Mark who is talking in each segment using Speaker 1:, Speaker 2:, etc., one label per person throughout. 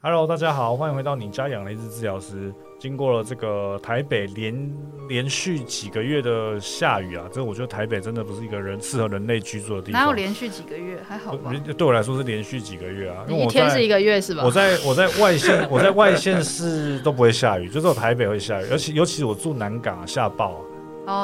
Speaker 1: Hello，大家好，欢迎回到你家养了一只治疗师。经过了这个台北连连续几个月的下雨啊，这我觉得台北真的不是一个人适合人类居住的地方。
Speaker 2: 哪有连续几个月？还好吧？
Speaker 1: 对我来说是连续几个月啊，因
Speaker 2: 你
Speaker 1: 为
Speaker 2: 一
Speaker 1: 我
Speaker 2: 天
Speaker 1: 在
Speaker 2: 是一个月是吧
Speaker 1: 我？在我在外县 我在外县市都不会下雨，就只有台北会下雨，而且尤其我住南港、啊、下暴、啊，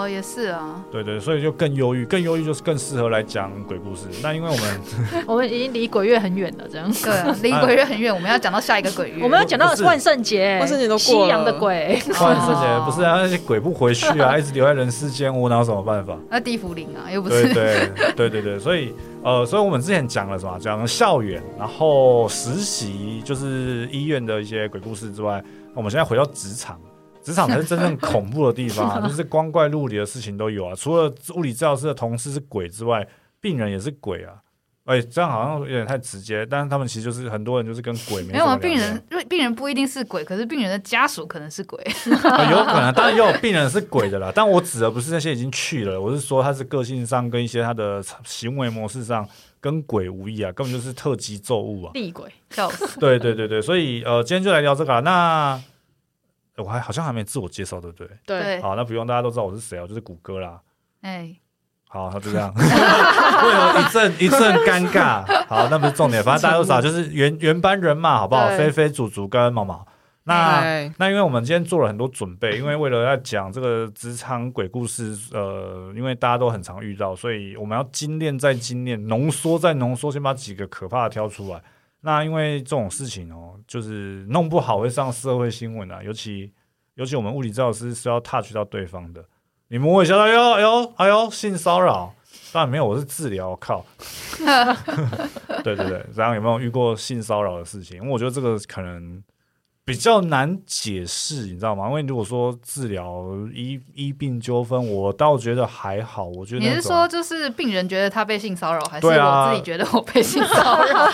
Speaker 2: 哦，也是啊，
Speaker 1: 对对，所以就更忧郁，更忧郁就是更适合来讲鬼故事。那因为我 们
Speaker 3: 我们已经离鬼月很远了，这样。
Speaker 2: 对啊，离鬼月很远，我们要讲到下一个鬼月。
Speaker 3: 我们要讲到
Speaker 1: 不是
Speaker 3: 万圣节，
Speaker 4: 万圣节都过了
Speaker 3: 西洋的 鬼，
Speaker 1: 万圣节不是啊，那些鬼不回去 啊，一直留在人世间，我哪有什么办法？
Speaker 2: 那地府灵啊，又不
Speaker 1: 对
Speaker 2: 是
Speaker 1: 对对对对，所以呃，所以我们之前讲了什么？讲校园，然后实习，就是医院的一些鬼故事之外，我们现在回到职场，职场才是真正恐怖的地方、 啊，就是光怪陆离的事情都有啊。除了物理治疗师的同事是鬼之外，病人也是鬼啊。哎、这样好像有点太直接，但是他们其实就是很多人就是跟鬼没
Speaker 2: 没有啊，
Speaker 1: 什么
Speaker 2: 病
Speaker 1: 两样
Speaker 2: 人，因为病人不一定是鬼，可是病人的家属可能是鬼。
Speaker 1: 啊，有可能，当然也有病人是鬼的啦。但我指的不是那些已经去了，我是说他是个性上跟一些他的行为模式上跟鬼无异啊，根本就是特级咒 物啊。
Speaker 3: 厉鬼。
Speaker 2: 笑死！
Speaker 1: 对对对对，所以呃，今天就来聊这个啊。那呃我还好像还没自我介绍，对不对？
Speaker 2: 对，
Speaker 1: 好，那不用，大家都知道我是谁啊，我就是谷歌啦。
Speaker 2: 哎，
Speaker 1: 好，那就 这样。为了一阵一阵尴尬。好，那不是重点，反正大家都知道，就是原原班人马，好不好？
Speaker 2: 对
Speaker 1: 菲菲、祖祖跟毛毛。那
Speaker 4: 对
Speaker 1: 那因为我们今天做了很多准备，因为为了要讲这个职场鬼故事，呃，因为大家都很常遇到，所以我们要精炼再精炼，浓缩再浓缩，先把几个可怕的挑出来。那因为这种事情哦，就是弄不好会上社会新闻啊，尤其尤其我们物理治疗师是要 touch 到对方的，你摸一下他，哎呦哎呦哎呦，性骚扰。当然没有，我是治疗，我靠。 对对对，然后有没有遇过性骚扰的事情？因为我觉得这个可能比较难解释，你知道吗？因为如果说治疗医医病纠纷，我倒觉得还好。我觉得
Speaker 2: 哎你
Speaker 1: 那
Speaker 2: 是
Speaker 1: 种
Speaker 2: 说就是病人觉得他被性骚扰，还是
Speaker 1: 对啊
Speaker 2: 我自己觉得我被性骚 扰？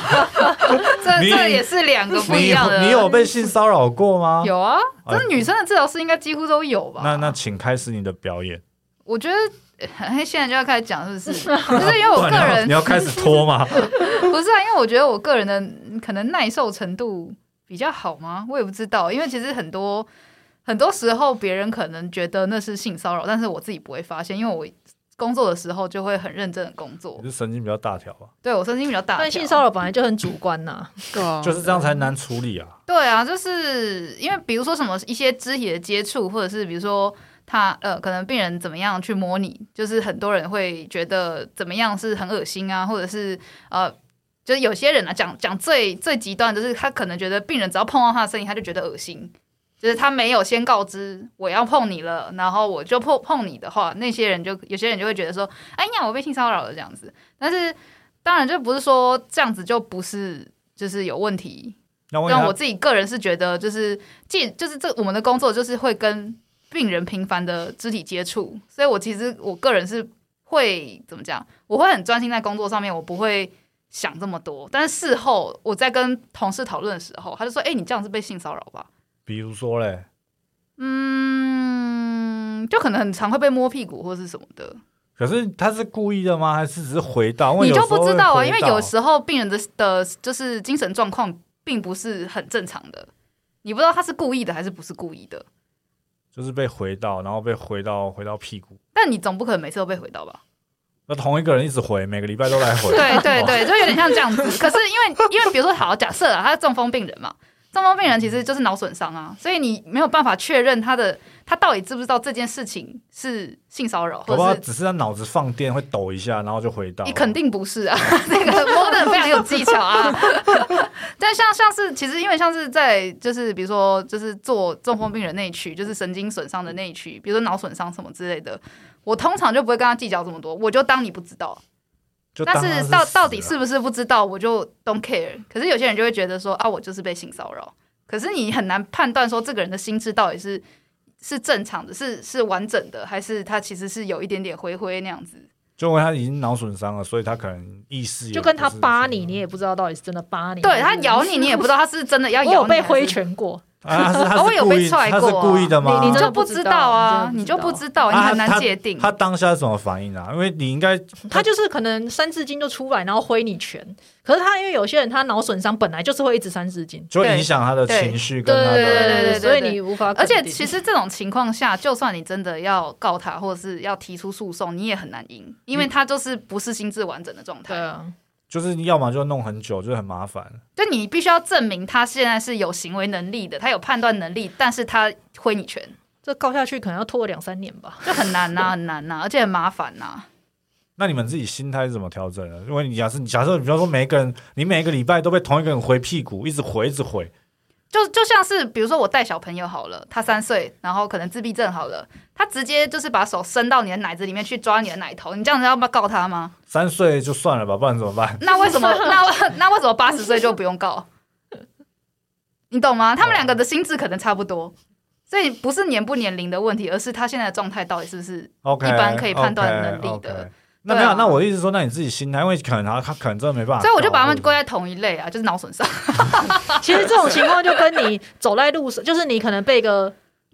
Speaker 2: 这
Speaker 1: 你
Speaker 2: 这也是两个不
Speaker 1: 你
Speaker 2: 一样的。
Speaker 1: 你有被性骚扰过吗？。
Speaker 2: 有啊？
Speaker 1: 哎
Speaker 2: 这女生的治疗师应该几乎都有吧？
Speaker 1: 那那请开始你的表演。
Speaker 2: 我觉得。嘿现在就要开始讲，是不是？就是因为我
Speaker 1: 不
Speaker 2: 个
Speaker 1: 然你要
Speaker 2: 人
Speaker 1: 你要开始脱 吗？
Speaker 2: 不是啊，因为我觉得我个人的嗯可能耐受程度比较好吗？我也不知道，因为其实很多很多时候别人可能觉得那是性骚扰，但是我自己不会发现，因为我工作的时候就会很认真的工作
Speaker 1: 你。是神经比较大条吧？
Speaker 2: 对我神经比较大条，
Speaker 3: 但性骚扰本来就很主观呐、
Speaker 4: 对
Speaker 2: 哦
Speaker 4: 啊，
Speaker 1: 就是这样才难处理啊。
Speaker 2: 对啊，就是因为比如说什么一些肢体的接触，或者是比如说他呃，可能病人怎么样去摸你，就是很多人会觉得怎么样是很恶心啊，或者是呃，就是有些人啊，讲讲最最极端，就是他可能觉得病人只要碰到他的身体，他就觉得恶心。就是他没有先告知我要碰你了，然后我就碰碰你的话，那些人就有些人就会觉得说，哎呀，我被性骚扰了这样子。但是当然就不是说这样子就不是就是有问题，
Speaker 1: 那问啊
Speaker 2: 但
Speaker 1: 他
Speaker 2: 我自己个人是觉得，就是既就是这我们的工作就是会跟病人频繁的肢体接触，所以我其实我个人是会怎么讲，我会很专心在工作上面，我不会想这么多。但是事后我在跟同事讨论的时候，他就说：“哎、你这样是被性骚扰吧
Speaker 1: 比如说嘞，？”
Speaker 2: 嗯，就可能很常会被摸屁股或是什么的，
Speaker 1: 可是他是故意的吗？还是只是回到？因为
Speaker 2: 你
Speaker 1: 有
Speaker 2: 就
Speaker 1: 时候
Speaker 2: 不知道啊，
Speaker 1: 会
Speaker 2: 因为
Speaker 1: 回到
Speaker 2: 有时候病人的的就是精神状况并不是很正常的，你不知道他是故意的还是不是故意的。
Speaker 1: 就是被回到，然后被回到回到屁股。
Speaker 2: 但你总不可能每次都被回到吧？
Speaker 1: 那同一个人一直回，每个礼拜都来回。 哦
Speaker 2: 对对对，就有点像这 样子。可是因为因为比如说，好，假设啊，他是中风病人嘛，中风病人其实就是脑损伤啊，所以你没有办法确认他的他到底知不知道这件事情是性骚扰，
Speaker 1: 搞
Speaker 2: 或
Speaker 1: 不好
Speaker 2: 者是
Speaker 1: 只是他脑子放电会抖一下，然后就回到。
Speaker 2: 你肯定不是啊， 那个摸的非常有技巧啊。 但像像是其实因为像是在就是比如说就是做中风病人那一区，就是神经损伤的那一区，比如说脑损伤什么之类的，我通常就不会跟他计较这么多，我就当你不知道。
Speaker 1: 就当
Speaker 2: 但
Speaker 1: 他
Speaker 2: 是
Speaker 1: 是
Speaker 2: 到
Speaker 1: 死
Speaker 2: 到底
Speaker 1: 了
Speaker 2: 是不是不知道，我就 don't care。可是有些人就会觉得说啊，我就是被性骚扰。可是你很难判断说这个人的心智到底是是正常的，是是完整的，还是他其实是有一点点灰灰那样子。
Speaker 1: 就因为他已经脑损伤了，所以他可能意识也
Speaker 3: 就跟他
Speaker 1: 不是
Speaker 3: 扒你，你也不知道到底是真的扒你。
Speaker 2: 对他咬你，你也不知道他是真的要
Speaker 3: 我有
Speaker 2: 咬你。
Speaker 3: 被
Speaker 2: 还是
Speaker 3: 挥拳过，
Speaker 1: 啊，他是
Speaker 2: 哦
Speaker 1: 他
Speaker 2: 我
Speaker 1: 是
Speaker 2: 有
Speaker 1: 故
Speaker 2: 被
Speaker 1: 意，
Speaker 2: 踹
Speaker 1: 他是
Speaker 2: 过
Speaker 1: 故意的吗？
Speaker 3: 你
Speaker 2: 你
Speaker 3: 真的
Speaker 2: 就
Speaker 3: 不
Speaker 2: 知
Speaker 3: 知道
Speaker 2: 道啊，
Speaker 3: 你
Speaker 2: 你就
Speaker 3: 真的不
Speaker 2: 不
Speaker 3: 知
Speaker 2: 知道，你
Speaker 1: 啊
Speaker 2: 很
Speaker 1: 他
Speaker 2: 难界定。
Speaker 1: 他当下是什么反应啊？因为你应该
Speaker 3: 他就是可能三字经就出来，然后挥你拳。可是他因为有些人他脑损伤本来就是会一直三字经，
Speaker 1: 就会
Speaker 2: 对
Speaker 1: 影响他的
Speaker 2: 对
Speaker 1: 情绪
Speaker 3: 对
Speaker 1: 跟他
Speaker 3: 对对
Speaker 1: 的
Speaker 3: 对对，
Speaker 2: 对
Speaker 3: 所以
Speaker 2: 对
Speaker 3: 你无法
Speaker 2: 而
Speaker 3: 肯定。
Speaker 2: 且其实这种情况下，就算你真的要告他，或者是要提出诉讼，你也很难赢，因
Speaker 1: 嗯
Speaker 2: 为他就是不是心智完整的状
Speaker 3: 对
Speaker 2: 态。
Speaker 3: 啊，
Speaker 1: 就是要么就弄很久，就是很麻烦。
Speaker 2: 就你必须要证明他现在是有行为能力的，他有判断能力，但是他挥你拳，
Speaker 3: 这告下去可能要拖两三年吧。
Speaker 2: 就很难呐、啊很难呐、而且很麻烦啊呐、
Speaker 1: 那你们自己心态是怎么调整的？因为你假设假设，比方说每一个人，你每一个礼拜都被同一个人回屁股，一直回一直回，
Speaker 2: 就就像是比如说我带小朋友好了，他三岁，然后可能自闭症好了，他直接就是把手伸到你的奶子里面去抓你的奶头，你这样子要不要告他吗？
Speaker 1: 三岁就算了吧，不然怎么 办？
Speaker 2: 那为什么那那为什么八十岁就不用告？你懂吗？他们两个的心智可能差不多，所以不是年不年龄的问题，而是他现在的状态到底是不是
Speaker 1: OK，
Speaker 2: 一般可以判断能力
Speaker 1: OK，OK
Speaker 2: 的
Speaker 1: 那没有，
Speaker 2: 对啊
Speaker 1: 那我的意思是说，那你自己心态，因为可能他他可能真的没办法搞，
Speaker 2: 所以我就把他们归
Speaker 1: 或者
Speaker 2: 在同一类啊，就是脑损伤。
Speaker 3: 其实这种情况就跟你走在路上， 就是你可能被一个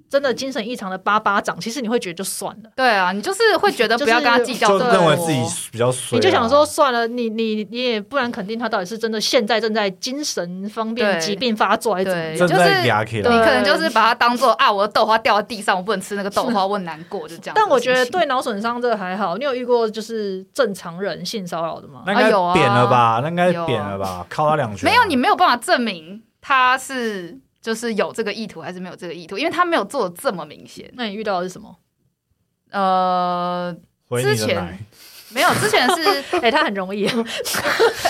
Speaker 3: 真的精神异常的巴巴掌，其实你会觉得就算了。
Speaker 2: 对啊，你就是会觉得不要跟他计较啊
Speaker 1: 就
Speaker 2: 这
Speaker 3: 对
Speaker 2: 个。
Speaker 1: 认为自
Speaker 3: 哦
Speaker 1: 己比较衰啊，
Speaker 3: 你就想说算了，你你你也不然肯定他到底是真的现在正在精神方面
Speaker 2: 对
Speaker 3: 疾病发作还是怎么
Speaker 2: 对
Speaker 1: 正
Speaker 3: 样？
Speaker 2: 就
Speaker 1: 在
Speaker 2: 是
Speaker 1: 压起
Speaker 2: 你
Speaker 1: 来，
Speaker 2: 可能就是把它当做啊，我的豆花掉在地上，我不能吃那个豆花，我很难过，就这样。
Speaker 3: 但我觉得对，脑损伤这个还好，你有遇过就是正常人性骚扰的吗？
Speaker 1: 那应该
Speaker 2: 啊有啊
Speaker 1: 扁了吧？那应该
Speaker 2: 有啊
Speaker 1: 扁了吧？靠他两拳，啊
Speaker 2: 没有你没有办法证明他是就是有这个意图还是没有这个意图，因为他没有做的这么明显。
Speaker 3: 那你遇到的 是什么？
Speaker 2: 呃，
Speaker 1: 回你
Speaker 2: 之
Speaker 1: 的
Speaker 2: 前
Speaker 1: 奶，
Speaker 2: 没有，之 前是
Speaker 3: 哎、他很容易，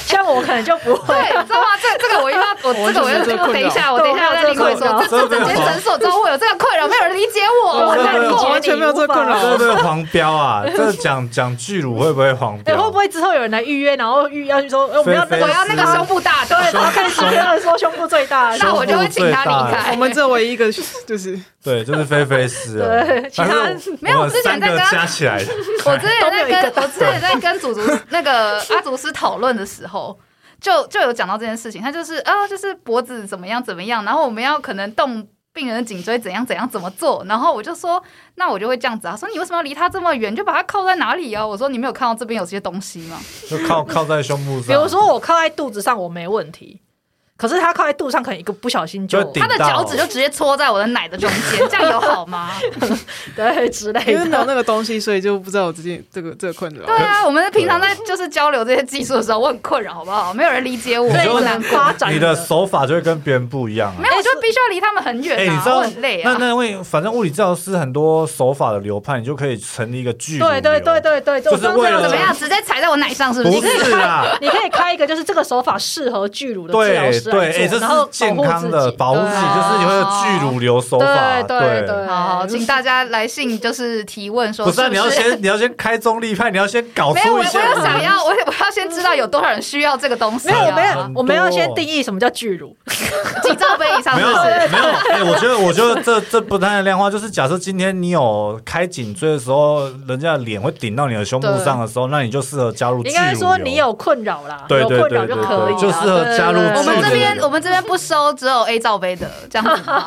Speaker 3: 像我可能就不 会。
Speaker 2: 对，你知道吗？这这个我一定要，我这个我
Speaker 4: 我就是这个
Speaker 2: 要，我等一下，我
Speaker 3: 困
Speaker 2: 等
Speaker 3: 扰
Speaker 2: 一下再另外
Speaker 3: 对我
Speaker 2: 说。这这
Speaker 3: 有
Speaker 2: 整间诊所都会有这个困扰，哦没有人理解我，我很难
Speaker 4: 我
Speaker 2: 过
Speaker 4: 完。全没有这个困扰。
Speaker 1: 这个黄标 啊，这讲讲巨乳会不会黄
Speaker 3: 哎、
Speaker 1: 标？
Speaker 3: 会不会之后有人来预约，然后预要去说，哎、我们要
Speaker 1: 菲
Speaker 3: 那
Speaker 2: 我
Speaker 1: 菲
Speaker 3: 个，哎
Speaker 2: 要那个胸部大，对，
Speaker 3: 然后看十二说胸部最大，
Speaker 2: 那我就会请他离开。
Speaker 4: 我们这唯一一个 就是
Speaker 1: 对，就是菲菲是啊，
Speaker 3: 对其他
Speaker 1: 但是我
Speaker 2: 没有
Speaker 1: 我
Speaker 2: 我
Speaker 1: 们
Speaker 2: 之前
Speaker 1: 三
Speaker 2: 在
Speaker 1: 个
Speaker 2: 跟他
Speaker 1: 加起来的，
Speaker 2: 我之前在
Speaker 3: 都没有一个
Speaker 2: 跟我之前在跟祖祖那个阿祖师讨论的时候，就就有讲到这件事情，他就是啊，就是脖子怎么样怎么样，然后我们要可能动。病人的颈椎怎样怎样怎么做？然后我就说，那我就会这样子啊。说你为什么要离他这么远？你就把他靠在哪里啊？我说你没有看到这边有些东西吗？
Speaker 1: 就靠靠在胸部上，
Speaker 3: 比如说我靠在肚子上，我没问题。可是他靠在肚子上，可能一个不小心就
Speaker 1: 就顶
Speaker 2: 他的脚趾就直接戳在我的奶的中间，这样有 好吗？
Speaker 3: 对之类
Speaker 4: 因为没有
Speaker 3: 的。
Speaker 4: 那个东西，所以就不知道我自己这个这个困扰
Speaker 2: 对。啊，我们平常在就是交流这些技术的时候，我很困扰，好不好？没有人理解我，
Speaker 1: 你
Speaker 3: 所以
Speaker 1: 就
Speaker 2: 我
Speaker 3: 可
Speaker 2: 难
Speaker 3: 能
Speaker 2: 过。
Speaker 3: 发展
Speaker 1: 你的手法就会跟别人不一样啊
Speaker 2: 没。有，我就必须要离他们很远
Speaker 1: 哎，你
Speaker 2: 啊，
Speaker 1: 知道
Speaker 2: 我很累啊。
Speaker 1: 那那因为反正物理治疗师很多手法的流派，你就可以成立一个巨乳
Speaker 3: 对对对
Speaker 1: 流，
Speaker 3: 对对，
Speaker 1: 就是
Speaker 3: 我刚刚
Speaker 1: 为了
Speaker 2: 怎
Speaker 3: 这样怎
Speaker 2: 么
Speaker 3: 么
Speaker 2: 样？
Speaker 3: 样？
Speaker 2: 直接踩在我奶上是不是？
Speaker 1: 不是啦，
Speaker 3: 你可以开一个，就是这个手法适合巨乳 的治疗
Speaker 1: 对
Speaker 3: 师
Speaker 1: 对，哎，
Speaker 3: 来
Speaker 1: 这
Speaker 3: 做，
Speaker 1: 是
Speaker 3: 然后
Speaker 1: 健康的，保护自己，
Speaker 3: 对
Speaker 1: 就是你会有巨乳流手法，
Speaker 3: 对对对，
Speaker 2: 好，请大家来信就是提问说
Speaker 1: 不是啊，
Speaker 2: 不
Speaker 1: 你要先你要先开宗立派，你要先搞
Speaker 2: 没有
Speaker 1: 出
Speaker 2: 我
Speaker 1: 一些
Speaker 2: 我有想要我我要先知道有多少人需要这个东西、
Speaker 3: 没有
Speaker 2: 啊，
Speaker 3: 没有
Speaker 1: 很，多
Speaker 3: 我们要先定义什么叫巨乳。
Speaker 2: 几罩杯以上
Speaker 1: 没
Speaker 2: 是
Speaker 1: 有
Speaker 2: 不
Speaker 1: 没
Speaker 2: 是？
Speaker 1: 有，哎、我觉得我觉得这这不太量化，就是假设今天你有开颈椎的时候，人家的脸会顶到你的胸部上的时候，那你就适合加入巨
Speaker 3: 应
Speaker 1: 乳
Speaker 3: 该
Speaker 1: 流。
Speaker 3: 说你有困扰啦，
Speaker 1: 对对
Speaker 3: 有困扰
Speaker 1: 对对
Speaker 3: 可以啦，
Speaker 1: 对就适合加入
Speaker 2: 我们
Speaker 1: 是
Speaker 2: 这边
Speaker 1: 是
Speaker 2: 我们这边不收只有 A 罩杯的这 样子吗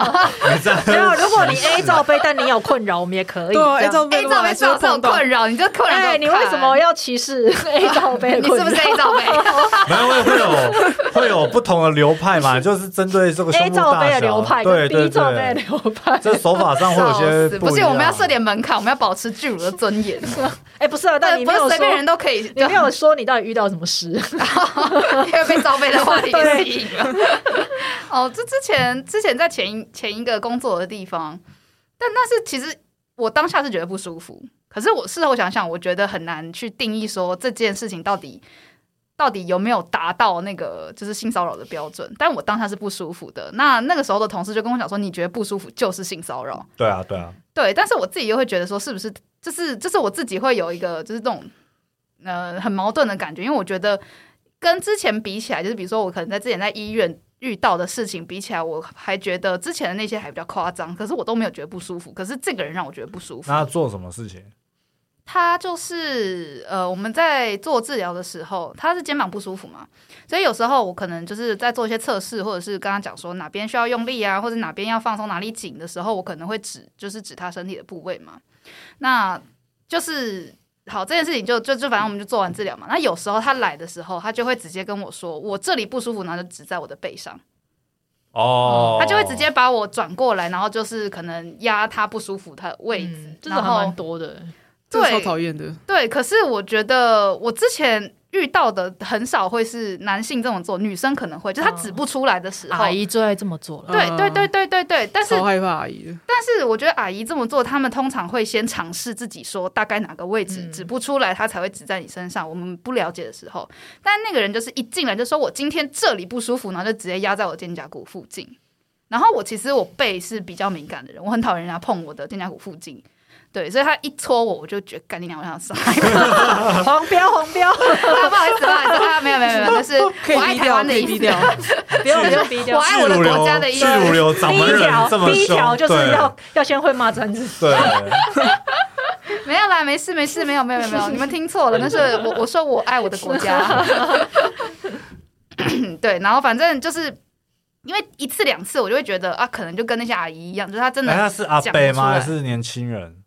Speaker 1: 你 这样
Speaker 3: 没有，如果你 A 罩杯，但你有困扰，我们也可以。
Speaker 4: 对啊
Speaker 3: 这
Speaker 4: ，A
Speaker 2: ，A
Speaker 3: 样
Speaker 4: 罩杯如果
Speaker 2: 罩杯
Speaker 4: 来
Speaker 2: 至少
Speaker 4: 说
Speaker 2: 是有
Speaker 4: 碰到，
Speaker 2: 困扰，你这困扰给我
Speaker 3: 哎，
Speaker 2: 看
Speaker 3: 你为什么？要歧视 A 罩杯
Speaker 2: 你
Speaker 3: 的
Speaker 2: 是
Speaker 3: 困扰？
Speaker 2: 不是 A 罩杯？
Speaker 1: 没有会会有会有不同的流派嘛，就是针对这个
Speaker 3: A
Speaker 1: 胸部
Speaker 3: 罩
Speaker 1: 大
Speaker 3: 杯的
Speaker 1: 小，啊
Speaker 3: 流派
Speaker 1: 对
Speaker 3: 跟
Speaker 1: 对
Speaker 3: B 罩杯
Speaker 1: 对，
Speaker 3: 的流派？
Speaker 1: 这手法上会有
Speaker 2: 笑
Speaker 1: 些
Speaker 2: 死！
Speaker 1: 不
Speaker 2: 不
Speaker 1: 一
Speaker 2: 是，
Speaker 1: 样啊
Speaker 2: 我们要设点门槛，我们要保持巨乳的尊 严。
Speaker 3: 哎，不是啊，但你
Speaker 2: 不
Speaker 3: 没
Speaker 2: 是
Speaker 3: 有
Speaker 2: 随
Speaker 3: 说
Speaker 2: 便，人都可以，
Speaker 3: 你没有说你到底遇到什么 事？
Speaker 2: 因为被招杯的话题给吸引了。 哦，这之前之前在前一前一个工作的地方，但那是其实我当下是觉得不舒服，可是我事后想想，我觉得很难去定义说这件事情到底。到底有没有达到那个就是性骚扰的标准？但我当下是不舒服的。那那个时候的同事就跟我讲说，你觉得不舒服就是性骚扰。
Speaker 1: 对啊对啊，
Speaker 2: 对，但是我自己又会觉得说，是不是就是就是我自己会有一个就是这种呃很矛盾的感觉，因为我觉得跟之前比起来，就是比如说我可能在之前在医院遇到的事情比起来，我还觉得之前的那些还比较夸张，可是我都没有觉得不舒服，可是这个人让我觉得不舒服。
Speaker 1: 那做什么事情？
Speaker 2: 他就是呃，我们在做治疗的时候，他是肩膀不舒服嘛，所以有时候我可能就是在做一些测试，或者是跟他讲说哪边需要用力啊，或者哪边要放松，哪里紧的时候，我可能会指就是指他身体的部位嘛。那就是好这件事情就就就反正我们就做完治疗嘛。那有时候他来的时候，他就会直接跟我说我这里不舒服，然后就指在我的背上。
Speaker 1: 哦，
Speaker 2: 嗯他就会直接把我转过来，然后就是可能压他不舒服的位置，
Speaker 3: 嗯， 这种
Speaker 2: 然
Speaker 3: 还蛮
Speaker 2: 后
Speaker 3: 多的。
Speaker 4: 这个超
Speaker 2: 对
Speaker 4: 讨厌的。
Speaker 2: 对。可是我觉得我之前遇到的很少会是男性这种做，女生可能会，就是他指不出来的时候。
Speaker 3: 啊阿姨最爱这么做了，
Speaker 2: 对对对对对对，但是
Speaker 4: 超害怕阿姨的，
Speaker 2: 但是我觉得阿姨这么做，他们通常会先尝试自己说大概哪个位置、
Speaker 3: 嗯
Speaker 2: 指不出来，他才会指在你身上。我们不了解的时候，但那个人就是一进来就说我今天这里不舒服，然后就直接压在我肩胛骨附近。然后我其实我背是比较敏感的人，我很讨厌人家碰我的肩胛骨附近。对，所以他一戳我，我就觉得干你娘，我想杀你！
Speaker 3: 黄标黄 标，
Speaker 2: 啊不好意思，不好意思，啊，没有没有没有，就是
Speaker 4: 可
Speaker 2: 我爱
Speaker 4: 以低
Speaker 2: 台
Speaker 4: 调，
Speaker 2: 湾
Speaker 4: 可
Speaker 2: 的
Speaker 4: 以
Speaker 2: 意
Speaker 4: 低
Speaker 2: 思
Speaker 4: 调。。
Speaker 3: 不用不用逼
Speaker 2: 我
Speaker 3: 掉。
Speaker 2: 爱我的国家的意思
Speaker 1: 去乳流掌
Speaker 3: 第
Speaker 1: 门
Speaker 3: 一
Speaker 1: 人
Speaker 3: 条
Speaker 1: 这么
Speaker 3: 第一
Speaker 1: 凶，
Speaker 3: 条就是
Speaker 1: 对
Speaker 3: 要要先会骂脏字，
Speaker 1: 对，
Speaker 2: 没有啦，没事没事，没有没有没有没有，你们听错了，那是我我说我爱我的国家。对，然后反正就是因为一次两次，我就会觉得啊，可能就跟那些阿姨一样，就是她真
Speaker 1: 哎，
Speaker 2: 的
Speaker 1: 他是阿
Speaker 2: 讲
Speaker 1: 伯
Speaker 2: 不出
Speaker 1: 吗？还
Speaker 2: 来
Speaker 1: 是年轻人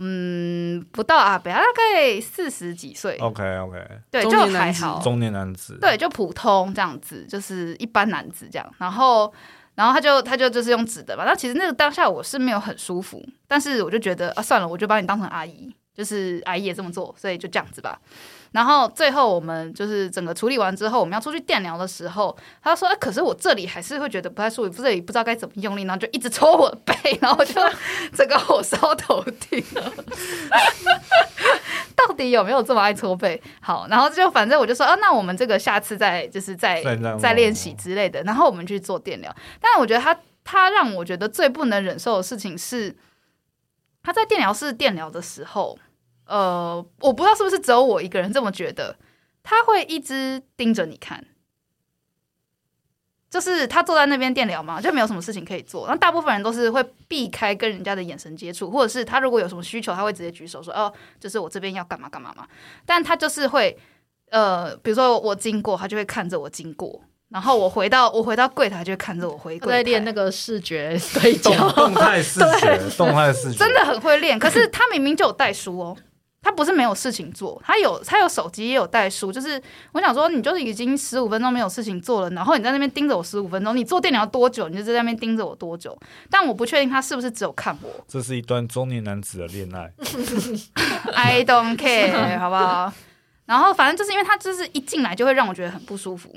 Speaker 2: 嗯不到阿北，她大概四十几岁，
Speaker 1: ？OK OK，
Speaker 2: 对，
Speaker 4: 中
Speaker 2: 就
Speaker 4: 年
Speaker 2: 还
Speaker 4: 男子
Speaker 2: 好。
Speaker 1: 中年男子。
Speaker 2: 哦对，就普通这样子，就是一般男子这样。然后，然后他就他就就是用纸的嘛。那其实那个当下我是没有很舒服，但是我就觉得啊，算了，我就把你当成阿姨，就是阿姨也这么做，所以就这样子吧。然后最后我们就是整个处理完之后，我们要出去电疗的时候，他说、啊：“可是我这里还是会觉得不太舒服，这里不知道该怎么用力，然后就一直抽我的背，然后我就整个火烧头顶。 到底有没有这么爱搓背？好，然后就反正我就说，啊，那我们这个下次再就是再
Speaker 1: 再让
Speaker 2: 再
Speaker 1: 我
Speaker 2: 练习之类的，然后我们去做电疗。但我觉得他他让我觉得最不能忍受的事情是，他在电疗室电疗的时候，呃，我不知道是不是只有我一个人这么觉得，他会一直盯着你看。就是他坐在那边电疗嘛，就没有什么事情可以做。那大部分人都是会避开跟人家的眼神接触，或者是他如果有什么需求，他会直接举手说：“哦，就是我这边要干嘛干嘛嘛。”但他就是会，呃，比如说我经过，他就会看着我经过，然后我回到我回到柜台，就会看着我回
Speaker 3: 他
Speaker 2: 柜台。
Speaker 3: 在练那个视觉 对
Speaker 1: 动
Speaker 3: 焦，
Speaker 1: 动态视觉，动态视觉，
Speaker 2: 真的很会练。可是他明明就有带书哦，他不是没有事情做，他有他有手机也有带书。就是我想说，你就是已经十五分钟没有事情做了，然后你在那边盯着我十五分钟，你做电疗多久，你就在那边盯着我多久。但我不确定他是不是只有看我
Speaker 1: 这是一段中年男子的恋爱。
Speaker 2: ，I don't care，好不好？然后反正就是因为他就是一进来就会让我觉得很不舒服。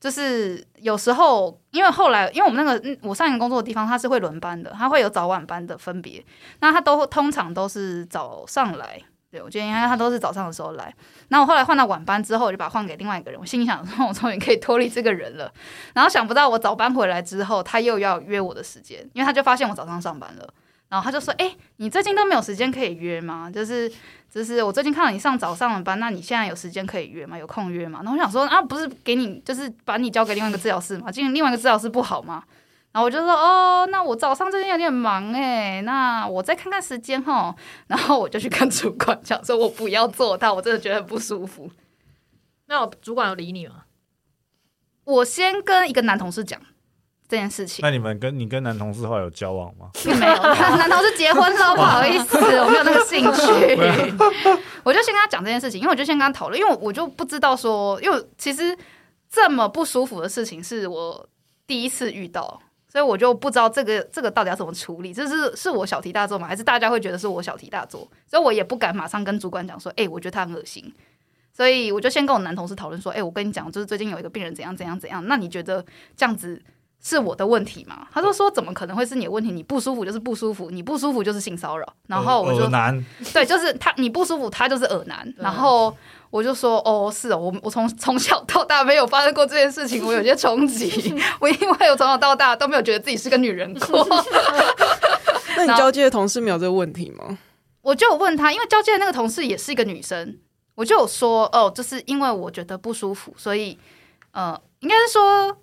Speaker 2: 就是有时候，因为后来，因为我们那个嗯我上一个工作的地方，它是会轮班的，它会有早晚班的分别。那他都通常都是早上来，对我觉得应该他都是早上的时候来。那我后来换到晚班之后，我就把它换给另外一个人。我心里想说，我 终于可以脱离这个人了。然后想不到我早班回来之后，他又要约我的时间，因为他就发现我早上上班了。然后他就说：“哎、你最近都没有时间可以约吗？就是就是我最近看到你上早上的班，那你现在有时间可以约吗？有空约吗？”然后我想说：“啊，不是给你，就是把你交给另外一个治疗师嘛，进另外一个治疗师不好吗？”然后我就说哦，那我早上最近有点忙哎，那我再看看时间哈。然后我就去跟主管讲说，我不要做到，我真的觉得很不舒服。
Speaker 3: 那我主管有理你吗？
Speaker 2: 我先跟一个男同事讲这件事情，
Speaker 1: 那你们跟你跟男同事后来有交往吗？
Speaker 2: 并没有， 男同事结婚了，不好意思，我没有那个兴趣。我就先跟他讲这件事情，因为我就先跟他讨论，因为我我就不知道说，因为我其实这么不舒服的事情是我第一次遇到，所以我就不知道这个这个到底要怎么处理，这是是我小题大做吗？还是大家会觉得是我小题大做？所以我也不敢马上跟主管讲说，哎、我觉得他很恶心。所以我就先跟我男同事讨论说，哎、我跟你讲，就是最近有一个病人怎样怎样怎样，那你觉得这样子是我的问题吗？他说说怎么可能会是你的问题？你不舒服就是不舒服，你不舒服就是性骚扰。然后我就
Speaker 1: 呃男
Speaker 2: 对，就是他你不舒服，他就是耳男。然后我就说，哦，是哦，我我从从小到大没有发生过这件事情，我有些冲击。我因为我从小到大都没有觉得自己是个女人过。
Speaker 4: 那你
Speaker 2: 然后
Speaker 4: 交接的同事没有这个问题吗？
Speaker 2: 我就有问他，因为交接的那个同事也是一个女生，我就有说，哦，就是因为我觉得不舒服，所以呃，应该是说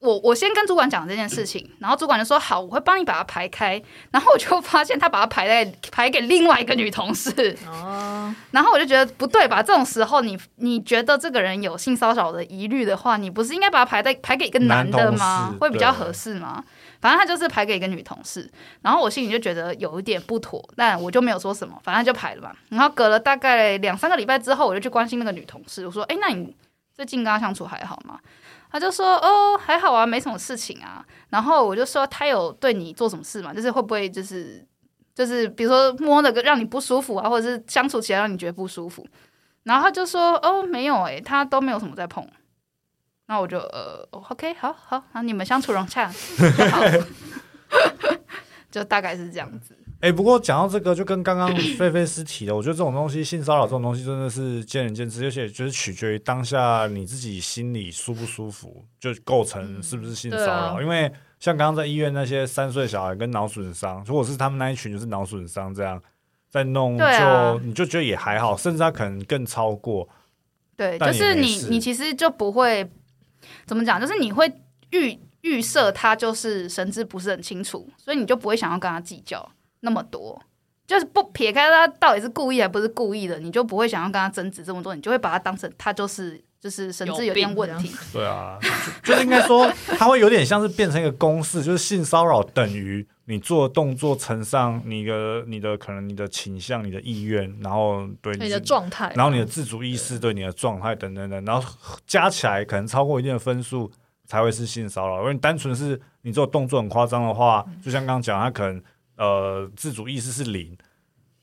Speaker 2: 我我先跟主管讲这件事情，然后主管就说好，我会帮你把它排开。然后我就发现他把它排在排给另外一个女同事，
Speaker 3: 哦，
Speaker 2: 然后我就觉得不对吧？这种时候你，你觉得这个人有性骚扰的疑虑的话，你不是应该把他排在排给一个男的
Speaker 1: 男
Speaker 2: 吗
Speaker 1: 同事？
Speaker 2: 会比较合适吗？反正他就是排给一个女同事，然后我心里就觉得有一点不妥，但我就没有说什么，反正就排了嘛。然后隔了大概两三个礼拜之后，我就去关心那个女同事，我说：“哎，那你最近跟她相处还好吗？”她就说：“哦，还好啊，没什么事情啊。”然后我就说：“她有对你做什么事吗？就是会不会就是就是比如说摸的让你不舒服啊，或者是相处起来让你觉得不舒服。然后他就说：“哦，没有诶、他都没有什么在碰。”那我就呃哦，OK，好好，好，你们相处融洽，好 就大概是这样子。
Speaker 1: 哎、不过讲到这个，就跟刚刚菲菲斯提的，我觉得这种东西，性骚扰这种东西真的是见仁见智，而且就是取决于当下你自己心里舒不舒服，就构成是不是性骚扰。
Speaker 3: 对啊
Speaker 1: 因为像刚刚在医院那些三岁小孩跟脑损伤，如果是他们那一群就是脑损伤这样在弄就，
Speaker 2: 对啊
Speaker 1: 你就觉得也还好，甚至他可能更超过。
Speaker 2: 对，
Speaker 1: 但
Speaker 2: 就
Speaker 1: 也
Speaker 2: 是
Speaker 1: 没
Speaker 2: 你
Speaker 1: 事
Speaker 2: 你其实就不会怎么讲，就是你会预预设他就是神志不是很清楚，所以你就不会想要跟他计较那么多。就是不撇开他到底是故意还不是故意的，你就不会想要跟他争执这么多，你就会把他当成他就是就是神志有点问题。
Speaker 1: 对啊，就就是应该说，它会有点像是变成一个公式， 就是性骚扰等于你做的动作乘上你的、你的可能你的倾向、你的意愿，然后对
Speaker 3: 你
Speaker 1: 是
Speaker 3: 的状态，
Speaker 1: 然后你的自主意识对你的状态等等等，然后加起来可能超过一定的分数才会是性骚扰。因为你单纯是你做动作很夸张的话，
Speaker 2: 嗯
Speaker 1: 就像刚刚讲，他可能呃自主意识是零，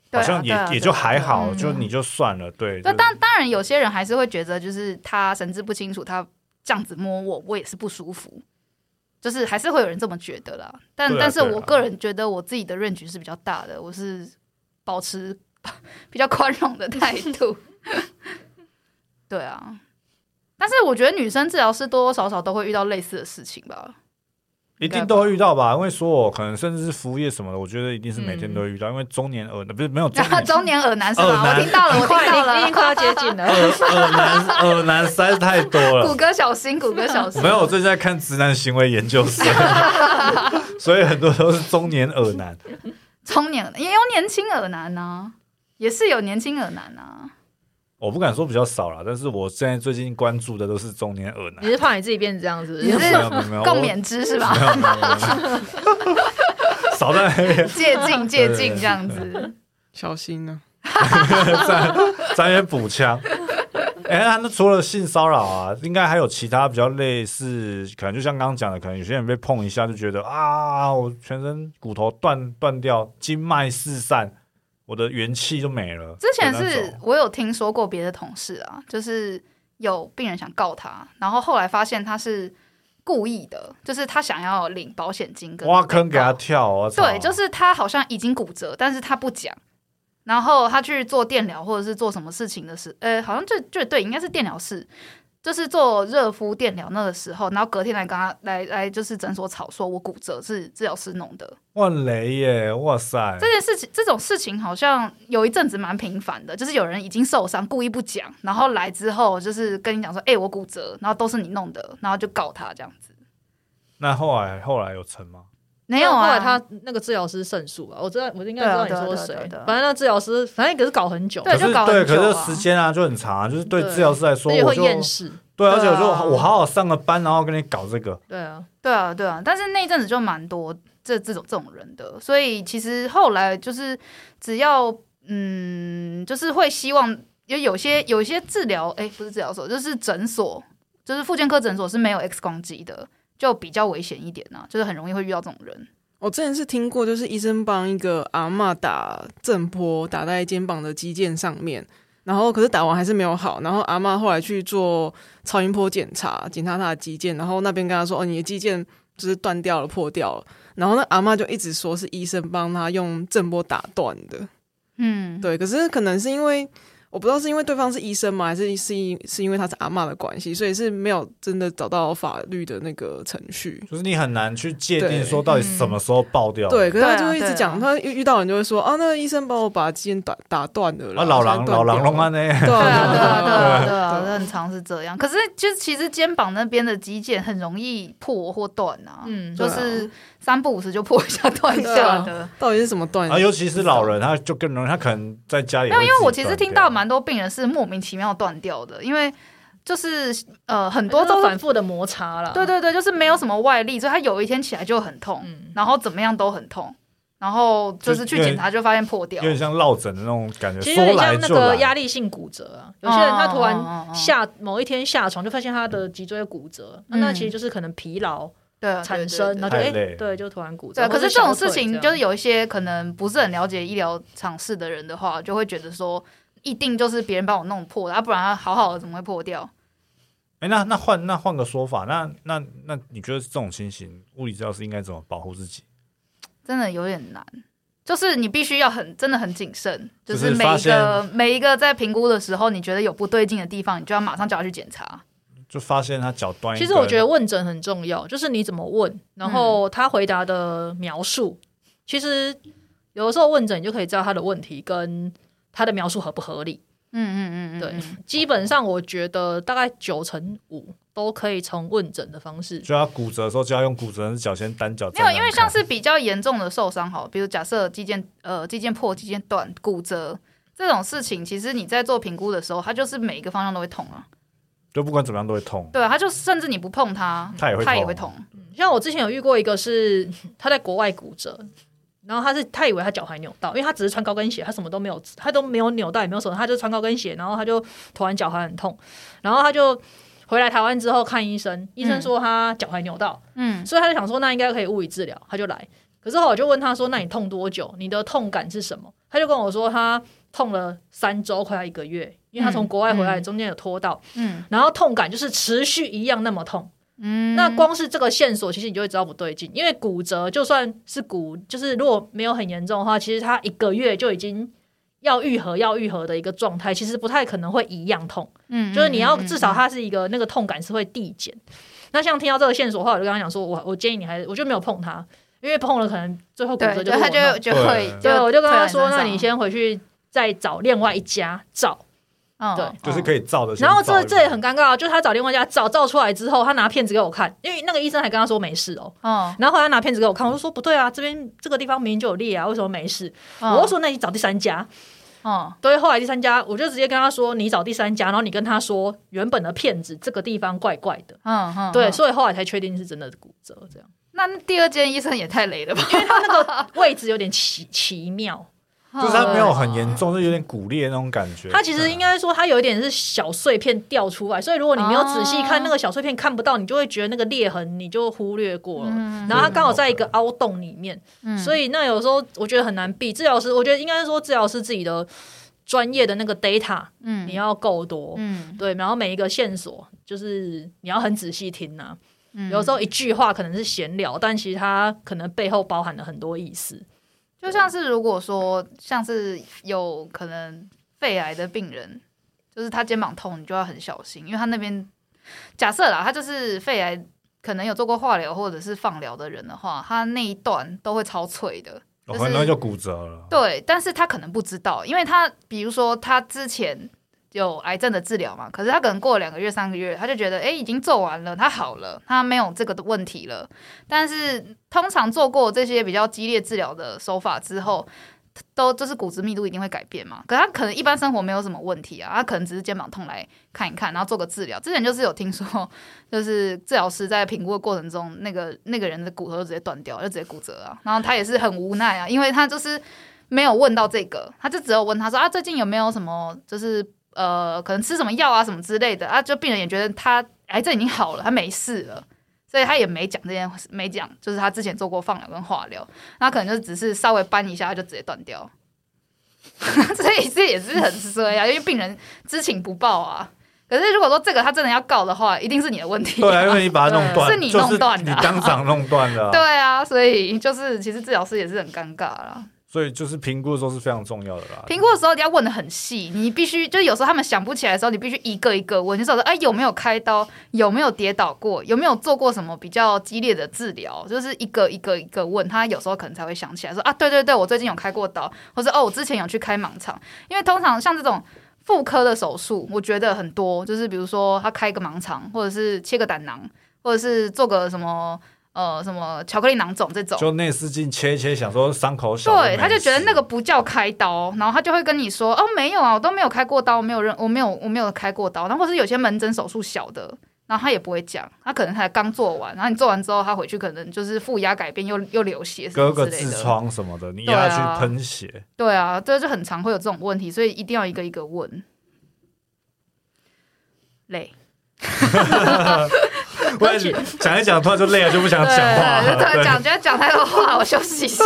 Speaker 2: 对
Speaker 1: 好
Speaker 2: 啊
Speaker 1: 像也
Speaker 2: 对啊
Speaker 1: 也
Speaker 2: 对啊
Speaker 1: 就还好，
Speaker 3: 嗯
Speaker 1: 就你就算了，对。
Speaker 2: 对，
Speaker 1: 就
Speaker 2: 当当然有些人还是会觉得，就是他神志不清楚，他这样子摸我，我也是不舒服，就是还是会有人这么觉得啦。但、
Speaker 1: 对啊
Speaker 2: 但是
Speaker 1: 对啊
Speaker 2: 我个人觉得我自己的认知是比较大的，我是保持 比较宽容的态度。 对啊，但是我觉得女生治疗师多多少少都会遇到类似的事情吧。
Speaker 1: 一定都会遇到吧，因为说我可能甚至是服务业什么的，我觉得一定是每天都会
Speaker 2: 嗯
Speaker 1: 遇到，因为中年耳不是没有中
Speaker 2: 然后
Speaker 1: 年
Speaker 2: 中年耳男是
Speaker 1: 耳哦
Speaker 2: 吗？
Speaker 1: 男
Speaker 2: 我听到了，我
Speaker 3: 快，
Speaker 2: 听 到
Speaker 3: 你已经快
Speaker 2: 了，
Speaker 3: 要接近了。
Speaker 1: 耳耳男耳男实在是太多了，
Speaker 2: 谷歌小心，谷歌小心
Speaker 1: 没。有， 我最近在看直男行为研究生， 所以很多都是中年耳男。
Speaker 2: 中年也有年轻耳男呢、也是有年轻耳男啊。
Speaker 1: 我不敢说比较少啦，但是我现在最近关注的都是中年耳男
Speaker 3: 你。是怕你自己变成这样，是不
Speaker 2: 你
Speaker 3: 是？
Speaker 1: 没有没有
Speaker 2: 是
Speaker 1: 没有
Speaker 2: 共勉之是吧？
Speaker 1: 没有没有没有没有少在那边
Speaker 2: 借镜借
Speaker 1: 对
Speaker 2: 镜这样子，
Speaker 4: 小心啊呢、
Speaker 1: 在那边补枪。 哎、那那除了性骚扰啊，应该还有其他比较类似，可能就像刚刚讲的，可能有些人被碰一下就觉得啊，我全身骨头断断掉，经脉四散，我的元气就没了。
Speaker 2: 之前
Speaker 1: 的那
Speaker 2: 是
Speaker 1: 种
Speaker 2: 我有听说过别的同事啊，就是有病人想告他，然后后来发现他是故意的，就是他想要领保险金跟
Speaker 1: 挖坑给他
Speaker 2: 被
Speaker 1: 跳、哦，我
Speaker 2: 告
Speaker 1: 操
Speaker 2: 对，就是他好像已经骨折，但是他不讲。然后他去做电疗或者是做什么事情的时，呃，好像就就对，应该是电疗室，就是做热敷电疗那个时候，然后隔天来跟他来来就是诊所吵说，我骨折是治疗师弄的，
Speaker 1: 哇雷耶，哇塞！
Speaker 2: 这件事情，这种事情好像有一阵子蛮频繁的，就是有人已经受伤，故意不讲，然后来之后就是跟你讲说，哎、我骨折，然后都是你弄的，然后就告他这样子。
Speaker 1: 那后来后来有成吗？
Speaker 2: 没有
Speaker 3: 后
Speaker 2: 啊，
Speaker 3: 来他那个治疗师胜诉吧，我知道，我应该知道你说
Speaker 2: 对
Speaker 3: 谁
Speaker 2: 啊对啊对啊对啊。
Speaker 3: 反正那治疗师，反正可是搞很久，
Speaker 2: 对
Speaker 1: 可是
Speaker 2: 就搞
Speaker 1: 对，
Speaker 2: 很久
Speaker 1: 可
Speaker 2: 啊
Speaker 1: 是时间啊就很长啊，就是对
Speaker 3: 对
Speaker 1: 治疗师来说，
Speaker 3: 所以
Speaker 1: 我
Speaker 3: 会
Speaker 1: 就
Speaker 3: 厌世。
Speaker 1: 对，而
Speaker 2: 对
Speaker 1: 且我就
Speaker 2: 啊
Speaker 1: 我好好上个班，然后跟你搞这个，
Speaker 3: 对啊，
Speaker 2: 对啊，对啊，但是那一阵子就蛮多这这种这种人的，所以其实后来就是只要嗯，就是会希望有有些有一些治疗，哎，不是治疗所，就是诊所，就是复健科诊所是没有 X 光机的，就比较危险一点啊，就是很容易会遇到这种人。
Speaker 4: 我之前是听过，就是医生帮一个阿嬷打震波，打在肩膀的肌腱上面，然后可是打完还是没有好，然后阿嬷后来去做超音波检查，检查她的肌腱，然后那边跟她说：“哦，你的肌腱就是断掉了，破掉了。”然后那阿嬷就一直说是医生帮她用震波打断的，
Speaker 2: 嗯，
Speaker 4: 对，可是可能是因为我不知道是因为对方是医生吗，还是是因是因为他是阿嬷的关系，所以是没有真的找到法律的那个程序。
Speaker 1: 就是你很难去界定
Speaker 4: 对嗯
Speaker 1: 说到底什么时候爆掉。
Speaker 4: 对，可是
Speaker 2: 对
Speaker 4: 他
Speaker 2: 啊
Speaker 4: 就会一
Speaker 2: 对
Speaker 4: 直
Speaker 2: 啊
Speaker 4: 讲，他遇遇到人就会说啊，那个医生帮我把肌腱打打断了啦，
Speaker 1: 啊，老狼
Speaker 4: 才断
Speaker 1: 老狼
Speaker 4: 掉
Speaker 1: 龙安呢？
Speaker 4: 对
Speaker 2: 对啊，
Speaker 4: 啊，
Speaker 2: 对
Speaker 4: 对
Speaker 2: 啊，
Speaker 4: 啊，
Speaker 2: 对啊，
Speaker 4: 对啊，
Speaker 2: 对
Speaker 4: 对
Speaker 2: 啊，
Speaker 4: 啊，
Speaker 2: 很常是这样。可是就其实肩膀那边的肌腱很容易破或断啊，
Speaker 3: 嗯
Speaker 2: 就
Speaker 4: 对啊
Speaker 2: 是三不五时就破一下 断一下
Speaker 4: 对
Speaker 2: 的。
Speaker 4: 到底是什么 断？
Speaker 1: 啊，尤其是老人，他就更容易，他可能在家里
Speaker 2: 没有，因为我其实
Speaker 1: 会自己
Speaker 2: 听到
Speaker 1: 断掉
Speaker 2: 蛮多病人是莫名其妙断掉的，因为就是呃很
Speaker 3: 很
Speaker 2: 多都
Speaker 3: 多都
Speaker 2: 是
Speaker 3: 哎反复的摩擦了。
Speaker 2: 对，对对，就是没有什么外力，所以他有一天起来就很痛，
Speaker 3: 嗯
Speaker 2: 然后怎么样都很痛，然后就是去检查就发现破掉
Speaker 1: 有。点像落枕的那种感觉，
Speaker 3: 其实有
Speaker 1: 说
Speaker 3: 点
Speaker 1: 来
Speaker 3: 像那
Speaker 1: 就
Speaker 3: 个压
Speaker 1: 来。
Speaker 3: 力性骨折啊，有些人他突
Speaker 2: 哦哦哦哦哦
Speaker 3: 然下某一天下床就发现他的脊椎骨折，那那
Speaker 2: 嗯
Speaker 3: 其实就是可能疲劳
Speaker 2: 对啊对
Speaker 3: 产
Speaker 2: 对
Speaker 3: 生，
Speaker 2: 对
Speaker 3: 然后就
Speaker 1: 太
Speaker 3: 哎
Speaker 1: 累
Speaker 3: 对，就突然骨折。
Speaker 2: 对，可是这种事
Speaker 3: 或
Speaker 2: 情
Speaker 3: 者
Speaker 2: 就是
Speaker 3: 小腿这样
Speaker 2: 有一些可能不是很了解医疗常识的人的话，就会觉得说，一定就是别人帮我弄破的，啊，不然它好好的怎么会破掉？
Speaker 1: 哎，那那换那换个说法，那那那你觉得这种情形，物理治疗师应该怎么保护自己？
Speaker 2: 真的有点难，就是你必须要很真的很谨慎，就
Speaker 1: 就是是
Speaker 2: 每
Speaker 1: 发
Speaker 2: 一个
Speaker 1: 现
Speaker 2: 每一个在评估的时候，你觉得有不对劲的地方，你就要马上叫他去检查。
Speaker 1: 就发现他脚端一
Speaker 3: 其
Speaker 1: 根，
Speaker 3: 实我觉得问诊很重要，就是你怎么问，
Speaker 2: 嗯
Speaker 3: 然后他回答的描述。其实有的时候问诊你就可以知道他的问题跟他的描述合不合理。
Speaker 2: 嗯嗯嗯嗯，
Speaker 3: 对
Speaker 2: 嗯
Speaker 3: 基本上我觉得大概九成五都可以从问诊的方式。
Speaker 1: 就他骨折的时候，就要用骨折的脚先单脚
Speaker 2: 没
Speaker 1: 站
Speaker 2: 有，
Speaker 1: 两看。
Speaker 2: 因为像是比较严重的受伤，好，比如假设肌腱呃肌腱破、肌腱断、骨折这种事情，其实你在做评估的时候，它就是每一个方向都会痛啊。
Speaker 1: 就不管怎么样都会痛。
Speaker 2: 对啊，它就甚至你不碰它，
Speaker 1: 它也会
Speaker 2: 它也
Speaker 1: 痛
Speaker 2: 会痛。
Speaker 3: 像我之前有遇过一个是他在国外骨折，然后他是他以为他脚踝扭到，因为他只是穿高跟鞋，他什么都没有，他都没有扭到也没有什么，他就穿高跟鞋，然后他就突然脚踝很痛，然后他就回来台湾之后看医生，医生说他脚踝扭到，
Speaker 2: 嗯
Speaker 3: 所以他就想说那应该可以物理治疗，他就来。可是后来我就问他说：“那你痛多久？你的痛感是什么？”他就跟我说他痛了三周，快要一个月，因为他从国外回来
Speaker 2: 嗯嗯
Speaker 3: 中间有拖到，
Speaker 2: 嗯
Speaker 3: 然后痛感就是持续一样那么痛。
Speaker 2: 嗯，
Speaker 3: 那光是这个线索，其实你就会知道不对劲，因为骨折就算是骨，就是如果没有很严重的话，其实它一个月就已经要愈合、要愈合的一个状态，其实不太可能会一样痛，
Speaker 2: 嗯
Speaker 3: 就是你要
Speaker 2: 嗯嗯
Speaker 3: 至少它是一个那个痛感是会递减。那像听到这个线索的话，我就跟他讲说，我我建议你还是我就没有碰它，因为碰了可能最后骨
Speaker 2: 对，
Speaker 3: 折
Speaker 2: 就
Speaker 3: 就
Speaker 2: 它
Speaker 3: 他
Speaker 2: 就就会，
Speaker 1: 对
Speaker 2: 就
Speaker 3: 对，我就跟他说，
Speaker 2: 退到
Speaker 3: 那
Speaker 2: 身
Speaker 3: 你
Speaker 2: 上，
Speaker 3: 先回去再找另外一家找。
Speaker 2: 嗯
Speaker 3: 对
Speaker 1: 就是可以照的。
Speaker 3: 然后这这也很，尴尬，啊就是他找另外一家照照出来之后，他拿片子给我看，因为那个医生还跟他说没事哦、
Speaker 2: 嗯，
Speaker 3: 然后后来他拿片子给我看，我就说不对啊，这边这个地方明明就有裂啊，为什么没事？
Speaker 2: 嗯
Speaker 3: 我就说那你找第三家。
Speaker 2: 嗯
Speaker 3: 对，后来第三家我就直接跟他说，你找第三家，然后你跟他说原本的片子这个地方怪怪的。
Speaker 2: 嗯嗯，
Speaker 3: 对，
Speaker 2: 嗯
Speaker 3: 所以后来才确定是真的骨折，这样
Speaker 2: 那第二间医生也太雷了吧？
Speaker 3: 他那个啊位置有点奇奇妙，
Speaker 1: 就是他没有很严重，就有点骨裂那种感觉。
Speaker 3: 他其实应该说他有一点是小碎片掉出来，所以如果你没有仔细看那个小碎片看不到，你就会觉得那个裂痕你就忽略过了。
Speaker 2: 嗯
Speaker 3: 然后他刚好在一个凹洞里面，
Speaker 2: 嗯
Speaker 3: 所以那有时候我觉得很难避。治疗师，我觉得应该是说治疗师自己的专业的那个 data
Speaker 2: 嗯
Speaker 3: 你要够多，
Speaker 2: 嗯
Speaker 3: 对，然后每一个线索就是你要很仔细听呐、
Speaker 2: 嗯
Speaker 3: 有时候一句话可能是闲聊，但其实它可能背后包含了很多意思。
Speaker 2: 就像是如果说像是有可能肺癌的病人，就是他肩膀痛，你就要很小心，因为他那边假设啦，他就是肺癌可能有做过化疗或者是放疗的人的话，他那一段都会超脆的。
Speaker 1: 我
Speaker 2: 就是
Speaker 1: 很容易就骨折了。
Speaker 2: 对，但是他可能不知道，因为他比如说他之前有癌症的治疗嘛，可是他可能过了两个月、三个月，他就觉得哎、诶已经做完了，他好了，他没有这个的问题了。但是通常做过这些比较激烈治疗的手法之后。都就是骨质密度一定会改变嘛，可他可能一般生活没有什么问题啊，他可能只是肩膀痛来看一看，然后做个治疗。之前就是有听说，就是治疗师在评估的过程中，那个那个人的骨头就直接断掉，就直接骨折啊，然后他也是很无奈啊，因为他就是没有问到这个，他就只有问他说啊，最近有没有什么就是呃，可能吃什么药啊什么之类的啊，就病人也觉得他癌症已经好了，他没事了。所以他也没讲这件，没讲，就是他之前做过放疗跟化疗，那可能就只是稍微搬一下，他就直接断掉。 所以这也是很衰啊，因为病人知情不报啊。可是如果说这个他真的要告的话，一定是你的问题、
Speaker 1: 对啊，因为你把它弄断，
Speaker 2: 是你弄断的啊
Speaker 1: 就是你当场弄断的啊。
Speaker 2: 对啊，所以就是其实治疗师也是很尴尬啦。
Speaker 1: 所以就是评估的时候是非常重要的啦。
Speaker 2: 评估的时候你要问的很细，你必须就是有时候他们想不起来的时候，你必须一个一个问，你找到哎有没有开刀，有没有跌倒过，有没有做过什么比较激烈的治疗，就是一个一个一个问，他有时候可能才会想起来说啊对对对，我最近有开过刀，或者哦我之前有去开盲肠，因为通常像这种。妇科的手术，我觉得很多，就是比如说他开个盲肠，或者是切个胆囊，或者是做个什么呃什么巧克力囊肿这种，
Speaker 1: 就内视镜切一切，想说伤口小，
Speaker 2: 对，他就
Speaker 1: 没事
Speaker 2: 觉得那个不叫开刀，然后他就会跟你说：“哦，没有啊，我都没有开过刀，我没有认，我没有，我没有开过刀。”然后或是有些门诊手术小的，然后他也不会讲，他可能才刚做完，然后你做完之后，他回去可能就是负压改变又又流血什
Speaker 1: 割
Speaker 2: 么
Speaker 1: 个
Speaker 2: 之类
Speaker 1: 痔
Speaker 2: 的。
Speaker 1: 疮什么的，你
Speaker 2: 对
Speaker 1: 压
Speaker 2: 啊
Speaker 1: 去喷血，
Speaker 2: 对啊，这就很常会有这种问题，所以一定要一个一个问。 累，
Speaker 1: 我也讲一讲，突然就累了，就不想讲话
Speaker 2: 呃对，就突
Speaker 1: 了。
Speaker 2: 然讲，觉得讲太多话，我休息一下。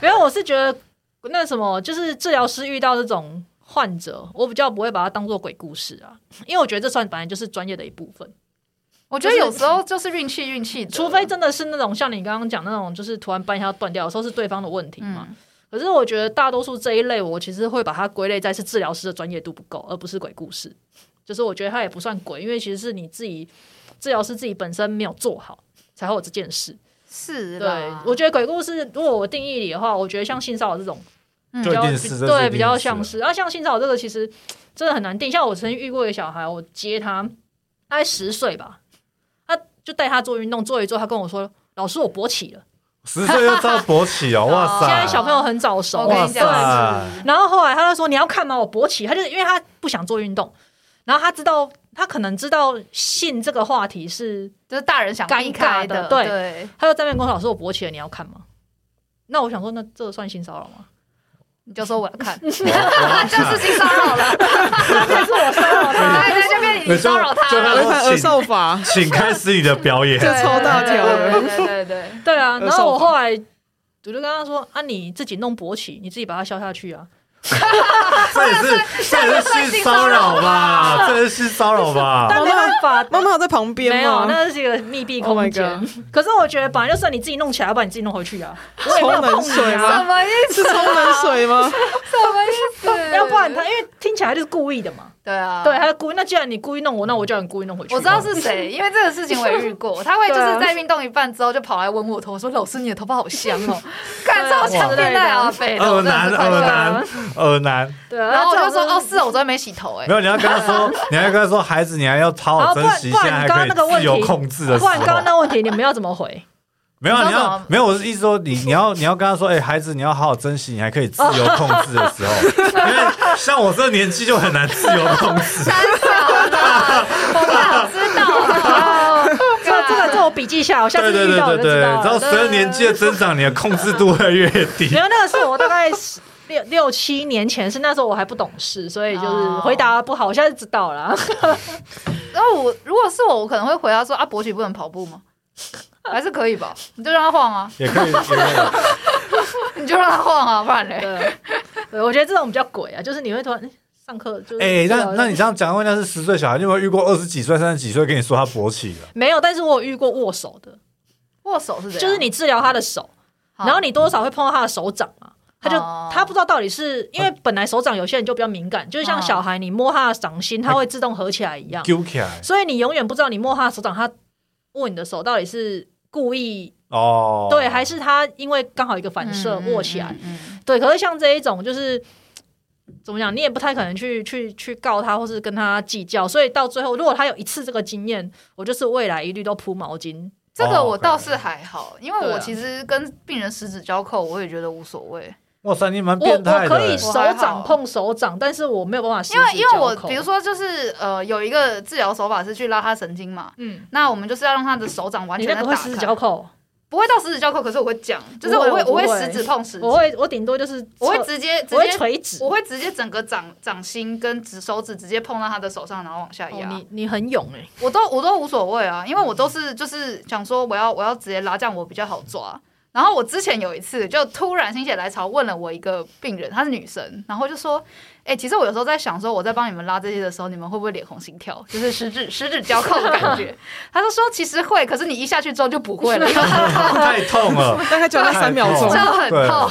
Speaker 3: 没有，我是觉得那什么，就是治疗师遇到这种患者，我比较不会把它当做鬼故事啊， 因为我觉得这算本来就是专业的一部分。
Speaker 2: 我觉得有时候就是运气，运气的，
Speaker 3: 除非真的是那种像你刚刚讲那种，就是突然搬一下断掉，有时候是对方的问题嘛。
Speaker 2: 嗯
Speaker 3: 可是我觉得大多数这一类，我其实会把它归类在是治疗师的专业度不够，而不是鬼故事。就是我觉得它也不算鬼，因为其实是你自己治疗师自己本身没有做好，才会有这件事。
Speaker 2: 是
Speaker 3: 对
Speaker 2: 啦，
Speaker 3: 我觉得鬼故事，如果我定义里的话，我觉得像性骚扰这种
Speaker 1: 就一
Speaker 3: 比较
Speaker 1: 定
Speaker 3: 比
Speaker 1: 是，这是一
Speaker 3: 对
Speaker 1: 定
Speaker 3: 比较
Speaker 1: 是
Speaker 3: 像是，啊，像性骚扰这个其实真的很难定。像我曾经遇过一个小孩，我接他，大概十岁吧，他就带他做运动，做一做，他跟我说：“老师，我勃起了。
Speaker 1: 十岁就知道勃起 哦，哇塞！
Speaker 3: 现在小朋友很早熟，
Speaker 2: 我跟
Speaker 1: 哇
Speaker 2: 你讲
Speaker 1: 塞，
Speaker 3: 然后后来他就说：“你要看吗？我勃起。”他就是因为他不想做运动，然后他知道他可能知道性这个话题是，
Speaker 2: 就是大人想避开
Speaker 3: 尴尬的对
Speaker 2: 对，
Speaker 3: 他就在那边跟我说：“老师，我勃起了，你要看吗？”那我想说，那这算性骚扰吗？
Speaker 2: 你就说我要 看，
Speaker 1: 哇
Speaker 2: 那就是性骚扰了，哎
Speaker 3: 这是我骚扰他。
Speaker 2: 对，那就变你骚扰他
Speaker 1: 就
Speaker 4: 我
Speaker 1: 就
Speaker 2: 了，
Speaker 4: 在看儿少法，
Speaker 1: 请开始你的表演
Speaker 4: 这。
Speaker 2: 对
Speaker 4: 超大条的
Speaker 2: 对对对对对，
Speaker 3: 对啊，然
Speaker 4: 呃少
Speaker 3: 后我
Speaker 4: 妇
Speaker 3: 后来我就跟他说：“啊，你自己弄勃起，你自己把它消下去啊。
Speaker 1: 这也 是这也是性骚扰吧？这也是性骚扰” 吧？
Speaker 2: 哦
Speaker 3: 但没办法，
Speaker 4: 妈妈有在旁边
Speaker 3: 没有，啊
Speaker 4: 吗？
Speaker 3: 那是一个密闭
Speaker 4: Oh my
Speaker 3: 空间。可是我觉得，本来就算你自己弄起来，要不然你自己弄回去 啊，我也没有
Speaker 4: 冲冷
Speaker 3: 碰你
Speaker 4: 水
Speaker 3: 啊。
Speaker 4: 吗？
Speaker 2: 么意
Speaker 4: 是冲冷水吗？
Speaker 2: 什么意思
Speaker 3: 要不然他，因为听起来就是故意的嘛。
Speaker 2: 对啊，
Speaker 3: 对，。他故意。那既然你故意弄我，那我叫你故意弄回去。
Speaker 2: 我知道是谁，因为这个事情我也遇过，他会就是在运动一半之后就跑来吻我头，说：“老师，你的头发好香哦，看超像变态阿飞的。”
Speaker 1: 耳
Speaker 2: 我啊真的
Speaker 1: 男，
Speaker 2: 很快
Speaker 1: 耳
Speaker 2: 乐
Speaker 1: 男，耳男。
Speaker 3: 对啊，
Speaker 2: 然后我就
Speaker 3: 这
Speaker 2: 说：“
Speaker 3: 种
Speaker 2: 哦，是哦，我昨天没洗头。”哎
Speaker 1: 没，有，你要跟他 说，你要跟他说，孩子，你还要好好
Speaker 3: 好不
Speaker 1: 珍
Speaker 3: 然
Speaker 1: 惜，
Speaker 3: 不
Speaker 1: 现
Speaker 3: 然
Speaker 1: 在还
Speaker 3: 你刚
Speaker 1: 可
Speaker 3: 刚那
Speaker 1: 以
Speaker 3: 个问
Speaker 1: 自由
Speaker 3: 题
Speaker 1: 控制的时
Speaker 3: 不然刚
Speaker 1: 候
Speaker 3: 刚。那问题，你们要怎 么回？
Speaker 1: 没有，啊
Speaker 2: 你
Speaker 1: 你
Speaker 2: 知道
Speaker 1: 要
Speaker 2: 吗
Speaker 1: 没有，我是意思说，你你要你要跟他说，哎，孩子，你要好好珍惜，你还可以自由控制的时候。 因为像我这个年纪就很难自由控制。
Speaker 2: 三小的，我想知道啊
Speaker 3: 哦，这
Speaker 2: 干
Speaker 3: 这个这我笔记下，我 下次
Speaker 1: 对对
Speaker 3: 遇
Speaker 1: 对
Speaker 3: 到我
Speaker 1: 对
Speaker 3: 就
Speaker 1: 对，
Speaker 3: 知道
Speaker 1: 然后
Speaker 3: 了。
Speaker 1: 随着年纪的增长，你的控制度会越来越低
Speaker 3: 没。有，那个是我大概十六六七年前，是那时候我还不懂事，所以就是
Speaker 2: 哦
Speaker 3: 回答不好。我现在知道了，
Speaker 2: 然后我如果是我，我可能会回答说啊，勃起不能跑步吗？还是可以吧，你就让他晃 啊，
Speaker 1: 也可以，也可以。
Speaker 2: 你就让他晃啊，不然嘞，
Speaker 3: 对，对我觉得这种比较鬼啊，就是你会突然诶上课就是
Speaker 1: 哎、那那你
Speaker 3: 你
Speaker 1: 这样讲，问那是十岁小孩，你有没有遇过二十几岁、三十几岁跟你说他勃起了？
Speaker 3: 没有，但是我有遇过握手的，
Speaker 2: 握手是这样，啊
Speaker 3: 就是你治疗他的手，
Speaker 2: 好，
Speaker 3: 然后你多少会碰到他的手掌嘛。他就
Speaker 2: 哦
Speaker 3: 他不知道到底是因为本来手掌有些人就比较敏感，
Speaker 2: 嗯
Speaker 3: 就是像小孩你摸他的掌心，他会自动合起来一样，
Speaker 1: 揪起来
Speaker 3: 所以你永远不知道你摸他的手掌，他握你的手到底是故意
Speaker 1: 哦，
Speaker 3: 对，还是他因为刚好一个反射
Speaker 2: 嗯
Speaker 3: 握起来，，
Speaker 2: 嗯嗯
Speaker 3: 对，可是像这一种就是怎么讲，你也不太可能去去去告他，或是跟他计较。所以到最后，如果他有一次这个经验，我就是未来一律都铺毛巾。
Speaker 2: 这个我倒
Speaker 1: 哦
Speaker 2: 是还好，因为
Speaker 3: 对啊
Speaker 2: 我其实跟病人十指交扣，我也觉得无所谓，
Speaker 1: 哇塞，你蛮
Speaker 3: 我
Speaker 1: 变
Speaker 3: 我
Speaker 1: 态
Speaker 3: 可以
Speaker 1: 的。欸
Speaker 3: 手
Speaker 2: 我还好
Speaker 3: 掌碰手掌，但是我没有办法十指
Speaker 2: 因为因为我
Speaker 3: 交扣
Speaker 2: 比如，说就是呃有一个治疗手法是去拉他神经嘛，
Speaker 3: 嗯，
Speaker 2: 那我们就是要让他的手掌完
Speaker 3: 你
Speaker 2: 全
Speaker 3: 那
Speaker 2: 的
Speaker 3: 个
Speaker 2: 打
Speaker 3: 会十指
Speaker 2: 开，
Speaker 3: 交扣，
Speaker 2: 不会到十指交扣，可是我会讲，就是
Speaker 3: 不
Speaker 2: 我
Speaker 3: 会
Speaker 2: 会
Speaker 3: 我不
Speaker 2: 我会
Speaker 3: 会
Speaker 2: 十指碰十指，
Speaker 3: 我会我顶多就是
Speaker 2: 我会
Speaker 3: 侧
Speaker 2: 直接直
Speaker 3: 我会
Speaker 2: 接
Speaker 3: 垂直。
Speaker 2: 我会直接整个掌掌心跟指手指直接碰到他的手上，然后往下
Speaker 3: 哦
Speaker 2: 压。
Speaker 3: 你你很勇哎，
Speaker 2: 我都我都无所谓啊，因为我都是就是想说我要我要直接拉，这样我比较好抓。然后我之前有一次就突然心血来潮问了我一个病人，她是女生，然后就说：“哎、其实我有时候在想，说我在帮你们拉这些的时候，你们会不会脸红心跳，就是十指十指交扣的感 觉？”她就说：“其实会，可是你一下去之后就不会了，因为它
Speaker 1: 太痛 了，
Speaker 4: 大概就要三秒
Speaker 2: 就
Speaker 4: 钟，
Speaker 2: 很痛。”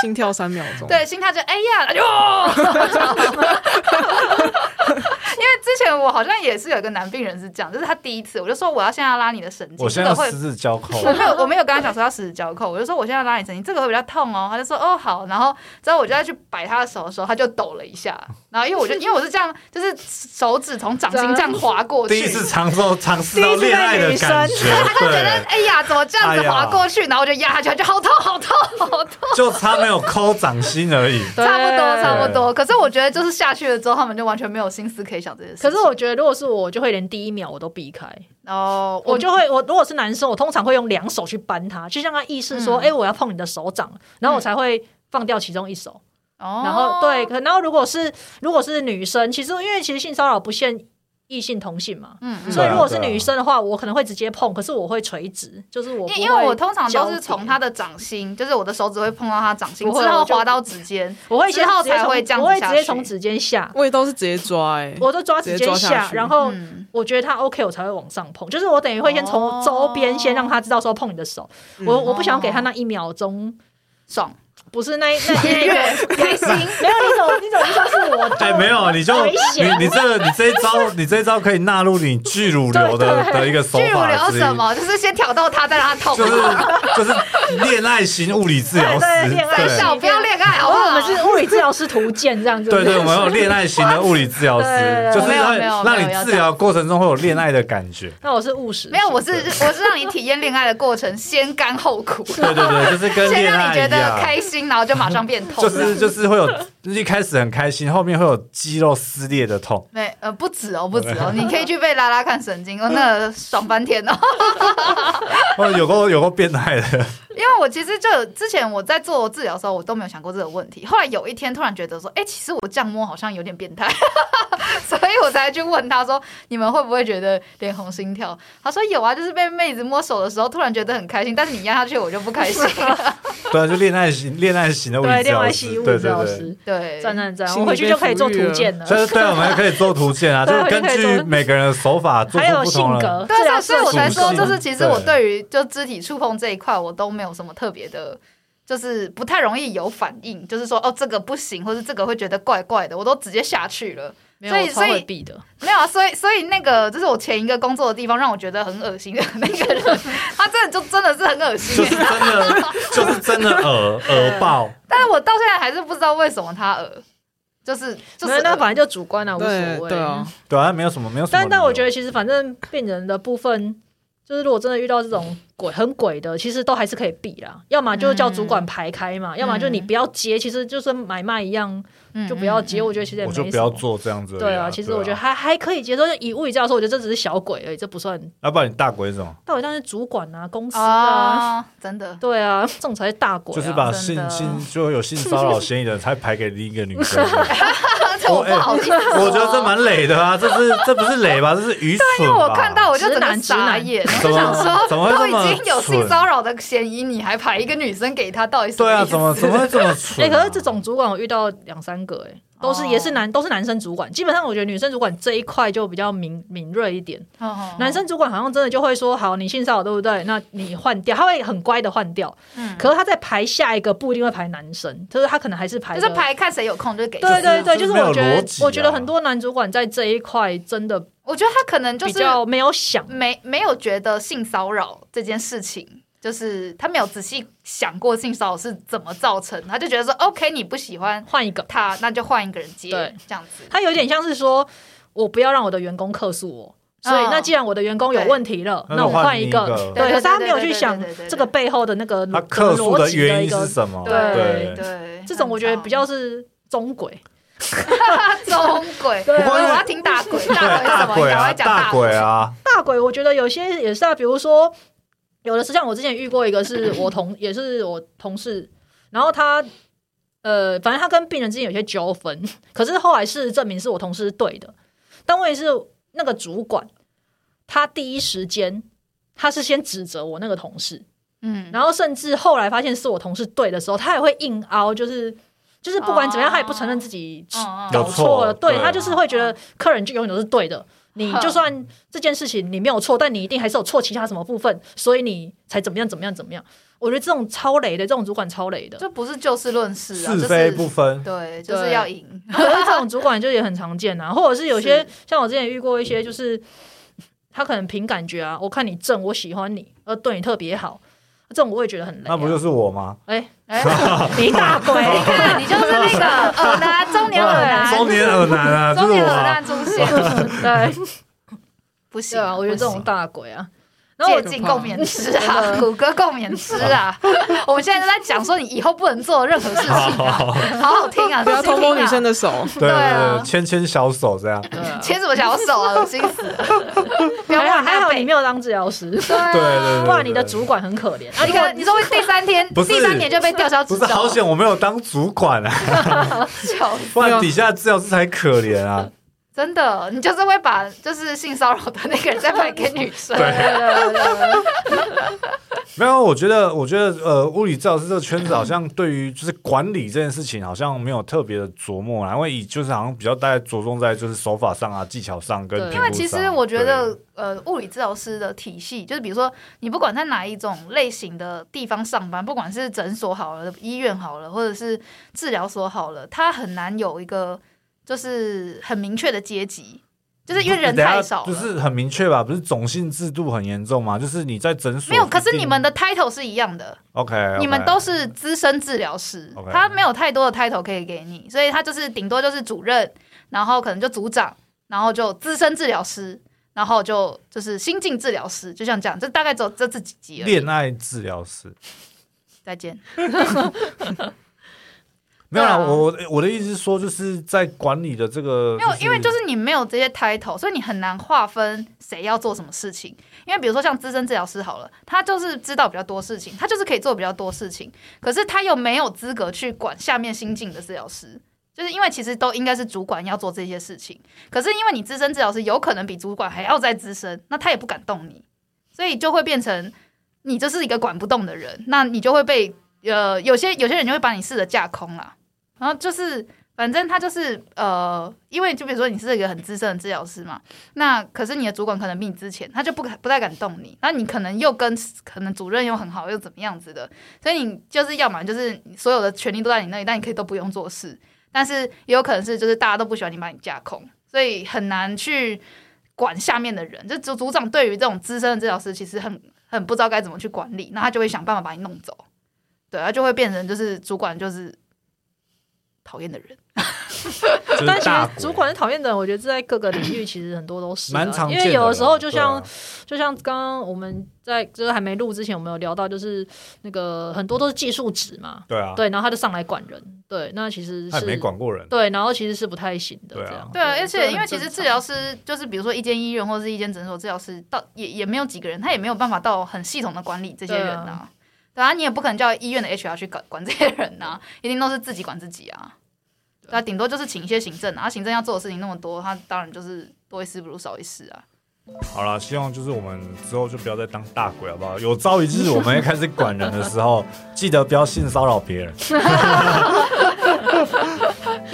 Speaker 4: 心跳三秒钟。
Speaker 2: 对，心跳就哎呀，哎呦， 因为之前我好像也是有一个男病人是这样，就是他第一次，我就说我要现在要拉你的神经，
Speaker 1: 我
Speaker 2: 这
Speaker 1: 现在要
Speaker 2: 个会
Speaker 1: 十指 交扣，
Speaker 2: 我没有，我没有跟他讲说要十指交扣，我就说我现在要拉你神经，这个会比较痛哦。他就说哦好，然后之后我就要去摆他的手的时候，他就抖了一下，然后因为 我就因为我是这样，就是手指从掌心这样划过
Speaker 1: 第
Speaker 2: 去，
Speaker 1: 一次尝 受尝试到恋爱的感觉，
Speaker 2: 他觉得
Speaker 1: 对，哎
Speaker 2: 哎呀怎么这样子划过去，然后我就压下去，他就好痛好痛好痛。
Speaker 1: 就差没有抠掌心而已。
Speaker 3: 对
Speaker 2: 差不多，差不多。可是我觉得，就是下去了之后，他们就完全没有心思可以想这件事情。
Speaker 3: 可是我觉得，如果是我，就会连第一秒我都避开，
Speaker 2: 哦，
Speaker 3: 我就会我如果是男生，我通常会用两手去扳他，就像他意识说，
Speaker 2: 嗯
Speaker 3: 哎、我要碰你的手掌，然后我才会放掉其中一手。
Speaker 2: 哦，
Speaker 3: 然后对，可然后如果是如果是女生，其实因为其实性骚扰不限异性同性嘛，
Speaker 2: 嗯，嗯，
Speaker 3: 所以
Speaker 1: 对啊
Speaker 3: 如果是
Speaker 1: 对啊
Speaker 3: 女生的话，我可能会直接碰，可是我会垂直，就是我不
Speaker 2: 因因为我
Speaker 3: 会
Speaker 2: 通常
Speaker 3: 交
Speaker 2: 都
Speaker 3: 叠
Speaker 2: 是从他的掌心，就是我的手指会碰到他掌心，
Speaker 3: 不会
Speaker 2: 之后
Speaker 3: 我就
Speaker 2: 滑到指尖。
Speaker 3: 我会先
Speaker 2: 之后
Speaker 3: 直接
Speaker 2: 才
Speaker 3: 从
Speaker 2: 会这样子
Speaker 3: 我会直
Speaker 2: 下
Speaker 3: 接
Speaker 2: 去
Speaker 3: 从指尖下，
Speaker 4: 我也都是直接抓、欸，
Speaker 3: 我都抓
Speaker 4: 直
Speaker 3: 指
Speaker 4: 接
Speaker 3: 尖
Speaker 4: 抓下
Speaker 3: 下，
Speaker 4: 去
Speaker 3: 然后。
Speaker 2: 嗯，
Speaker 3: 我觉得他 OK，我才会往上碰，就是我等于会先从周边先让他知道说碰你的手，我我不想给他那一秒钟，
Speaker 2: 爽，
Speaker 3: 不是那那那
Speaker 2: 愉
Speaker 3: 一
Speaker 2: 悦
Speaker 3: 个，
Speaker 2: 开心。
Speaker 3: 没有那种那种就像是我
Speaker 1: 哎，没有，你就
Speaker 3: 危
Speaker 1: 你
Speaker 3: 险
Speaker 1: 你这个你这一招，你这一招可以纳入你巨乳流的的一个手
Speaker 2: 巨乳
Speaker 1: 法
Speaker 2: 流
Speaker 1: 之一，
Speaker 2: 什么？就是先挑逗他，再让他痛。
Speaker 1: 就是就是恋爱型物理治疗师，
Speaker 3: 对恋爱
Speaker 2: 三
Speaker 1: 对
Speaker 3: 型
Speaker 2: 小不要恋爱，好不
Speaker 3: 我
Speaker 2: 好？
Speaker 3: 我们是物理治疗师图鉴这样子，
Speaker 1: 对对，我们有恋爱型的物理治疗师
Speaker 3: 对，
Speaker 1: 就
Speaker 3: 对对
Speaker 1: 是
Speaker 2: 没有没有
Speaker 1: 让让
Speaker 2: 没有要
Speaker 1: 你
Speaker 2: 这
Speaker 1: 治
Speaker 2: 样
Speaker 1: 疗过程中会有恋爱的感觉。
Speaker 3: 那我是务实型，
Speaker 2: 没有，我是我是让你体验恋爱的过程，先甘 后苦，
Speaker 1: 对对对，就是跟
Speaker 2: 先
Speaker 1: 恋
Speaker 2: 让你
Speaker 1: 爱
Speaker 2: 觉
Speaker 1: 一
Speaker 2: 得
Speaker 1: 样，
Speaker 2: 开心，然后就马上变痛。
Speaker 1: 就是就是会有 就是一开始很开心，后面会有肌肉撕裂的痛。
Speaker 2: 没呃不止哦不止哦，你可以去被拉拉看神经哦，那爽翻天哦！
Speaker 1: 哦，有过有过变态的，
Speaker 2: 因为我其实就有之前我在做治疗的时候，我都没有想过这个问题。后来有一天突然觉得说，哎、其实我这样摸好像有点变态， 所以我才去问他说，你们会不会觉得脸红心跳？他说有啊，就是被妹子摸手的时候突然觉得很开心，但是你压下去我就不开心。
Speaker 1: 对啊，就恋爱型恋爱型的物
Speaker 3: 对
Speaker 1: 理治
Speaker 3: 恋
Speaker 1: 疗
Speaker 3: 爱
Speaker 1: 师，
Speaker 3: 系物
Speaker 1: 对对
Speaker 3: 理治疗
Speaker 1: 对。
Speaker 3: 师，
Speaker 2: 对，
Speaker 3: 赞赞赞，
Speaker 4: 心
Speaker 3: 我
Speaker 4: 里
Speaker 3: 回去
Speaker 4: 被
Speaker 3: 就可以
Speaker 4: 抚
Speaker 3: 做
Speaker 4: 育
Speaker 3: 图
Speaker 4: 了
Speaker 3: 鉴了，
Speaker 1: 所以对，我们可以做图鉴 啊，就
Speaker 3: 对
Speaker 1: 是根
Speaker 3: 我就可以
Speaker 1: 据
Speaker 3: 做
Speaker 1: 每个人的手法做
Speaker 3: 还
Speaker 1: 出
Speaker 3: 有
Speaker 1: 不
Speaker 3: 性
Speaker 1: 同的。
Speaker 3: 格，
Speaker 2: 对
Speaker 3: 治疗
Speaker 2: 啊，
Speaker 3: 师
Speaker 2: 所以我才
Speaker 1: 属
Speaker 2: 说，
Speaker 1: 性
Speaker 2: 就是其实我
Speaker 1: 对
Speaker 2: 对于就肢体触碰这一块，我都没有什么特别的，就是不太容易有反应，就是说哦这个不行，或是这个会觉得怪怪的，我都直接下去了。
Speaker 3: 没
Speaker 2: 所
Speaker 3: 有
Speaker 2: 以
Speaker 3: 我超
Speaker 2: 所以
Speaker 3: 会避的，
Speaker 2: 没有啊，所以所以那个就是我前一个工作的地方让我觉得很恶心的那个人， 他真的就真的是很恶心
Speaker 1: 就
Speaker 2: 耶
Speaker 1: 是。真的， 就是真的恶恶爆，
Speaker 2: 但是我到现在还是不知道为什么他恶，就是就
Speaker 3: 没有
Speaker 2: 是
Speaker 3: 那
Speaker 2: 恶
Speaker 3: 反正就主观啊，无所
Speaker 4: 对
Speaker 3: 谓，
Speaker 4: 对啊，
Speaker 1: 对啊，没有什么，没有什么理由。
Speaker 3: 但但我觉得其实反正病人的部分，就是如果真的遇到这种鬼很鬼的，其实都还是可以避啦。要么就是叫主管排开
Speaker 1: 嗯
Speaker 3: 嘛，要么就你不要接。其实就是买卖一样，就不要
Speaker 1: 嗯
Speaker 3: 接。我觉得其实也
Speaker 1: 我
Speaker 3: 没
Speaker 1: 就
Speaker 3: 什
Speaker 1: 不要
Speaker 3: 么。
Speaker 1: 做这样子而已。
Speaker 3: 对啊，其实我觉得还还可以接受。就以物理教授，我觉得这只是小鬼而已，这不算。
Speaker 1: 要不然你大鬼是什么？
Speaker 3: 到底但是主管啊，公司啊，
Speaker 2: 啊，真的。
Speaker 3: 对啊，这种才是大鬼、啊。
Speaker 1: 就是把
Speaker 2: 真
Speaker 1: 性
Speaker 2: 的
Speaker 1: 性就有性骚扰嫌疑的人才排给另一个女生。
Speaker 2: 这我不好意思说，
Speaker 1: 哎 我觉得这蛮累的啊，这是这不是累吧？这是愚
Speaker 2: 啊因
Speaker 1: 蠢
Speaker 2: 为
Speaker 1: 吧。
Speaker 2: 我看到我就整个傻眼，我
Speaker 1: 直
Speaker 2: 就
Speaker 1: 男
Speaker 2: 想说，
Speaker 1: 嗯怎么怎么
Speaker 2: 都
Speaker 1: 会这么
Speaker 2: 已经有性
Speaker 1: 蠢
Speaker 2: 骚扰的嫌疑，你还排一个女生给他，到底什么
Speaker 1: 对啊，
Speaker 2: 意思
Speaker 1: 怎么怎么会这么蠢
Speaker 3: 哎、
Speaker 1: 啊？
Speaker 3: 可是这种主管我遇到两三个、哎，都是
Speaker 2: 哦
Speaker 3: 也是男，都是男生主管。基本上我觉得女生主管这一块就比较敏敏锐一点。
Speaker 2: 哦
Speaker 3: 男生主管好像真的就会说：“好，你性骚扰对不对？那你换掉。”他会很乖的换掉。
Speaker 2: 嗯
Speaker 3: 可是他在排下一个不一定会排男生，就是他可能还是排
Speaker 2: 就
Speaker 3: 个
Speaker 2: 是。排看谁有空就给谁。
Speaker 3: 对对对，
Speaker 1: 就
Speaker 3: 就是是
Speaker 1: 没有
Speaker 3: 我觉得
Speaker 1: 逻辑，啊
Speaker 3: 我觉得很多男主管在这一块真的
Speaker 2: 我觉得他可能就
Speaker 3: 比
Speaker 2: 是
Speaker 3: 较没有想。
Speaker 2: 没没有觉得性骚扰这件事情，就是他没有仔细想过性骚扰是怎么造成，他就觉得说 OK，你不喜欢
Speaker 3: 换一个，
Speaker 2: 他，那就换一个人接
Speaker 3: 对，
Speaker 2: 这样子。
Speaker 3: 他有点像是说，我不要让我的员工客诉我。所以，
Speaker 2: 嗯
Speaker 3: 那既然我的员工有
Speaker 2: 对
Speaker 3: 问题了，
Speaker 1: 那
Speaker 3: 那
Speaker 1: 我
Speaker 3: 我
Speaker 1: 换
Speaker 3: 换
Speaker 1: 另
Speaker 3: 一
Speaker 1: 一
Speaker 3: 个
Speaker 1: 个。
Speaker 2: 对
Speaker 3: 对，可是他没有
Speaker 2: 对对
Speaker 3: 去
Speaker 2: 对
Speaker 3: 想
Speaker 2: 对对对
Speaker 3: 这个背后的那个
Speaker 1: 他
Speaker 3: 逻
Speaker 1: 客诉
Speaker 3: 逻
Speaker 1: 的
Speaker 3: 辑
Speaker 1: 原
Speaker 3: 一
Speaker 1: 因
Speaker 3: 个
Speaker 1: 是。什么？
Speaker 2: 对
Speaker 1: 哦对。
Speaker 2: 对，
Speaker 3: 这种我觉得比
Speaker 2: 很
Speaker 3: 较是中轨，
Speaker 2: 糟中鬼，
Speaker 3: 对
Speaker 2: 我
Speaker 3: 啊不过因为
Speaker 2: 我要听大鬼，大鬼是什
Speaker 1: 大
Speaker 2: 么？你
Speaker 1: 鬼
Speaker 2: 赶
Speaker 1: 啊，
Speaker 2: 快讲
Speaker 1: 大鬼啊，
Speaker 3: 大鬼，我觉得有些也是啊，比如说有的是像我之前遇过一个，是我同也是我同事，然后他呃，反正他跟病人之间有些纠纷，可是后来事实证明是我同事是对的，但问题是那个主管他第一时间他是先指责我那个同事，
Speaker 2: 嗯，
Speaker 3: 然后甚至后来发现是我同事对的时候，他也会硬凹，就是就是不管怎么样，
Speaker 2: 哦
Speaker 3: 他也不承认自己
Speaker 2: 哦
Speaker 3: 搞错了。
Speaker 1: 有错
Speaker 3: 对
Speaker 1: 对
Speaker 3: 他就是会觉得客人就永远都是对的。你
Speaker 2: 哼
Speaker 3: 就算这件事情你没有错，但你一定还是有错其他什么部分，所以你才怎么样怎么样怎么样。我觉得这种超雷的，这种主管超 雷的，
Speaker 2: 就不是就事论事啊，
Speaker 1: 是非不分，
Speaker 2: 对，就是
Speaker 3: 对
Speaker 2: 要赢。
Speaker 3: 可是这种主管就也很常见啊，或者是有 些像我之前遇过一些，就是他可能凭感觉啊，我看你正，我喜欢你，呃，对你特别好，这种我也觉得很累、啊。
Speaker 1: 那不就是我吗？
Speaker 3: 哎、
Speaker 2: 哎，你
Speaker 3: 你大鬼！
Speaker 2: 看，你就是那 个耳男，哦啊中年耳男，
Speaker 1: 中年耳男 啊，这
Speaker 2: 中
Speaker 1: 是
Speaker 2: 年
Speaker 1: 我
Speaker 2: 耳
Speaker 1: 吗？
Speaker 2: 男出现，
Speaker 3: 对
Speaker 2: 不行
Speaker 3: 对啊，我觉得这种大鬼啊，然后
Speaker 2: 借
Speaker 3: 我
Speaker 2: 镜共勉之啊，谷歌共勉之啊。我们现在都在讲说你以后不能做任何事情啊，好好听啊，
Speaker 4: 不要
Speaker 2: 仔细
Speaker 4: 偷摸
Speaker 2: 听啊
Speaker 4: 女生的手。
Speaker 1: 对对
Speaker 2: 对啊
Speaker 1: 对，牵牵小手这样。
Speaker 3: 对啊
Speaker 2: 牵什么小手啊，恶心死了！不要
Speaker 3: 还好
Speaker 2: 忘
Speaker 3: 还
Speaker 2: 他
Speaker 3: 好
Speaker 2: 背
Speaker 3: 你没有当治疗师，
Speaker 2: 对啊
Speaker 1: 对对对，
Speaker 3: 不然
Speaker 1: 对
Speaker 3: 你的主。管很可怜。
Speaker 2: 你可你说会第三天，
Speaker 1: 不是
Speaker 2: 第三天就被吊销
Speaker 1: 不
Speaker 2: 执
Speaker 1: 是好
Speaker 2: 照，
Speaker 1: 险，我没有当主管啊，
Speaker 2: 糗
Speaker 1: 不然底下治疗师才可怜啊。
Speaker 2: 真的，你就是会把就是性骚扰的那个人再卖给女生，
Speaker 1: 对
Speaker 3: 对对对对对
Speaker 1: 没有，我觉得，我觉得，呃，物理治疗师这个圈子好像对于就是管理这件事情，好像没有特别的琢磨啊啦，因为以就是好像比较大家着重在就是手法上啊、技巧上跟
Speaker 3: 对
Speaker 1: 评
Speaker 2: 因
Speaker 1: 估
Speaker 2: 为
Speaker 1: 上
Speaker 2: 其实我觉得，呃，物理治疗师的体系，就是比如说，你不管在哪一种类型的地方上班，不管是诊所好了、医院好了，或者是治疗所好了，它很难有一个就是很明确的阶级，就是因为人
Speaker 1: 等下
Speaker 2: 太少
Speaker 1: 就
Speaker 2: 了。
Speaker 1: 是很明确吧？不是种姓制度很严重吗？就是你在诊所
Speaker 2: 没有，可是
Speaker 1: 一定
Speaker 2: 你们的 title 是一样的
Speaker 1: OK，, o k
Speaker 2: 你们都是资深治疗师
Speaker 1: OK
Speaker 2: 他没有太多的 title 可以给你，所以他就是顶多就是主任，然后可能就组长，然后就资深治疗师，然后就就是新进治疗师，就像这样，这大概只有这这几集而已。
Speaker 1: 恋爱治疗师。
Speaker 2: 再见。
Speaker 1: 没有啦，
Speaker 2: 对啊
Speaker 1: 我我我的意思是说，就是在管理的这个，
Speaker 2: 没有，因为就是你没有这些 title，所以你很难划分谁要做什么事情。因为比如说像资深治疗师好了，他就是知道比较多事情，他就是可以做比较多事情，可是他又没有资格去管下面新进的治疗师。就是因为其实都应该是主管要做这些事情，可是因为你资深治疗师有可能比主管还要再资深，那他也不敢动你，所以就会变成你就是一个管不动的人，那你就会被呃有些有些人就会把你试着架空啦，然后就是反正他就是呃，因为就比如说你是一个很资深的治疗师嘛，那可是你的主管可能比你之前，他就不敢不太敢动你，那你可能又跟可能主任又很好又怎么样子的，所以你就是要么就是所有的权利都在你那里，但你可以都不用做事，但是也有可能是就是大家都不喜欢你把你架空，所以很难去管下面的人，就组组长对于这种资深的治疗师其实很很不知道该怎么去管理，那他就会想办法把你弄走，对，他就会变成就是主管就是讨厌的人。
Speaker 1: 就是
Speaker 3: 但其
Speaker 1: 大
Speaker 3: 实主管是讨厌的人，我觉得这在各个领域其实很多都是啊、
Speaker 1: 蛮常
Speaker 3: 因
Speaker 1: 见的啦，
Speaker 3: 为有的时候就
Speaker 1: 对啊
Speaker 3: 像就像刚刚我们在就是还没录之前，我们有聊到，就是那个很多都是技术值嘛，
Speaker 1: 对啊，
Speaker 3: 对，然后他就上来管人，对，那其实
Speaker 1: 他也
Speaker 3: 是
Speaker 1: 没管过人，
Speaker 3: 对，然后其实是不太行的
Speaker 1: 对啊
Speaker 3: 这样。
Speaker 2: 对啊，而
Speaker 3: 这
Speaker 2: 且
Speaker 3: 很
Speaker 2: 因为其实
Speaker 3: 正
Speaker 2: 治
Speaker 3: 常
Speaker 2: 疗师就是比如说一间医院或者是一间诊所，治疗师到也也没有几个人，他也没有办法到很系统的管理这些人
Speaker 3: 对
Speaker 2: 呐、对啊，你也不可能叫医院的 HR 去管 管这些人呐、一定都是自己管自己啊。对啊，顶多就是请一些行政啊，行政要做的事情那么多，他当然就是多一事不如少一事啊。
Speaker 1: 好了，希望就是我们之后就不要再当大鬼，好不好？有朝一日我们要开始管人的时 候，记得不要性骚扰别人。
Speaker 3: 不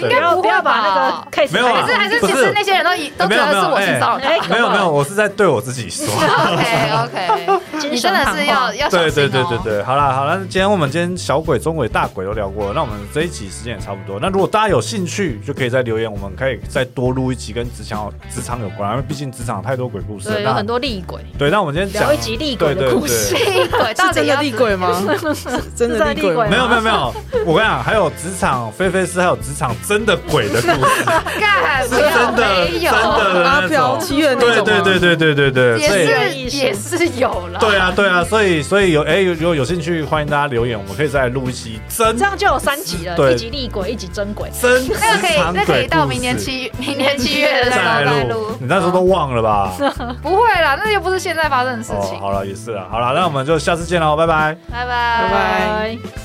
Speaker 1: 对
Speaker 3: 要
Speaker 2: 不
Speaker 3: 不
Speaker 2: 会
Speaker 3: 啊要把那
Speaker 2: 吧
Speaker 3: 个 case
Speaker 1: 没有啊
Speaker 2: 还是还是，
Speaker 1: 不
Speaker 2: 其
Speaker 1: 是
Speaker 2: 实那些人都以都觉
Speaker 1: 没有
Speaker 2: 得
Speaker 1: 没有
Speaker 2: 是我性骚扰他。
Speaker 3: 哎
Speaker 1: 没有没有，我是在对我自 己说。
Speaker 3: 哦
Speaker 4: 哎
Speaker 2: OK OK，你真的是要要小
Speaker 1: 对对
Speaker 2: 心
Speaker 1: 对
Speaker 2: 哦
Speaker 1: 对。对，好啦好啦，那今天我们今天小鬼、中鬼、大鬼都聊过了，那我们这一集时间也差不多。那如果大家有兴趣，就可以再留言，我们可以再多录一集跟职场职场有关，因为毕竟职场有太多鬼故事了。
Speaker 3: 对，有
Speaker 1: 那
Speaker 3: 很多厉鬼，
Speaker 1: 对，那我们今天讲
Speaker 3: 聊一集厉鬼的故事。
Speaker 1: 对对对
Speaker 2: 对，到
Speaker 4: 是
Speaker 2: 底
Speaker 4: 真
Speaker 2: 要
Speaker 4: 的厉
Speaker 2: 怎
Speaker 4: 鬼吗？是真的厉鬼吗
Speaker 2: 啊
Speaker 3: 是真的厉鬼
Speaker 1: 没有没有没有，我跟你讲，还有职场菲菲斯，还有职场真的鬼的故事，
Speaker 2: 干？
Speaker 1: 是
Speaker 2: 不要
Speaker 1: 真的
Speaker 2: 没
Speaker 1: 真
Speaker 2: 有
Speaker 1: 的
Speaker 4: 阿
Speaker 1: 那
Speaker 4: 飘
Speaker 1: 种。
Speaker 4: 七月那
Speaker 1: 对
Speaker 4: 种
Speaker 1: 对
Speaker 4: 吗
Speaker 1: 对对对对对，所以
Speaker 2: 也是也是有了，
Speaker 1: 对啊对啊，所以所以有哎有有有兴趣，欢迎大家留言，我们可以再录一期真
Speaker 3: 这样就有三集了，
Speaker 1: 对
Speaker 3: 一集厉鬼，一集真鬼。
Speaker 1: 真
Speaker 2: 那个可
Speaker 1: 职
Speaker 2: 以，
Speaker 1: 场
Speaker 2: 那可以
Speaker 1: 鬼
Speaker 2: 到
Speaker 1: 故
Speaker 2: 明年
Speaker 1: 事
Speaker 2: 七明年七月的时
Speaker 1: 再
Speaker 2: 候
Speaker 1: 来
Speaker 2: 再
Speaker 1: 录
Speaker 2: 录，，啊
Speaker 1: 你那时候都忘了 吧？
Speaker 2: 不会啦，那又不是现在发生的事
Speaker 1: 哦，
Speaker 2: 情。
Speaker 1: 好了，也是了，好了，那我们就下次见喽，拜拜。
Speaker 2: 拜拜
Speaker 4: 拜拜。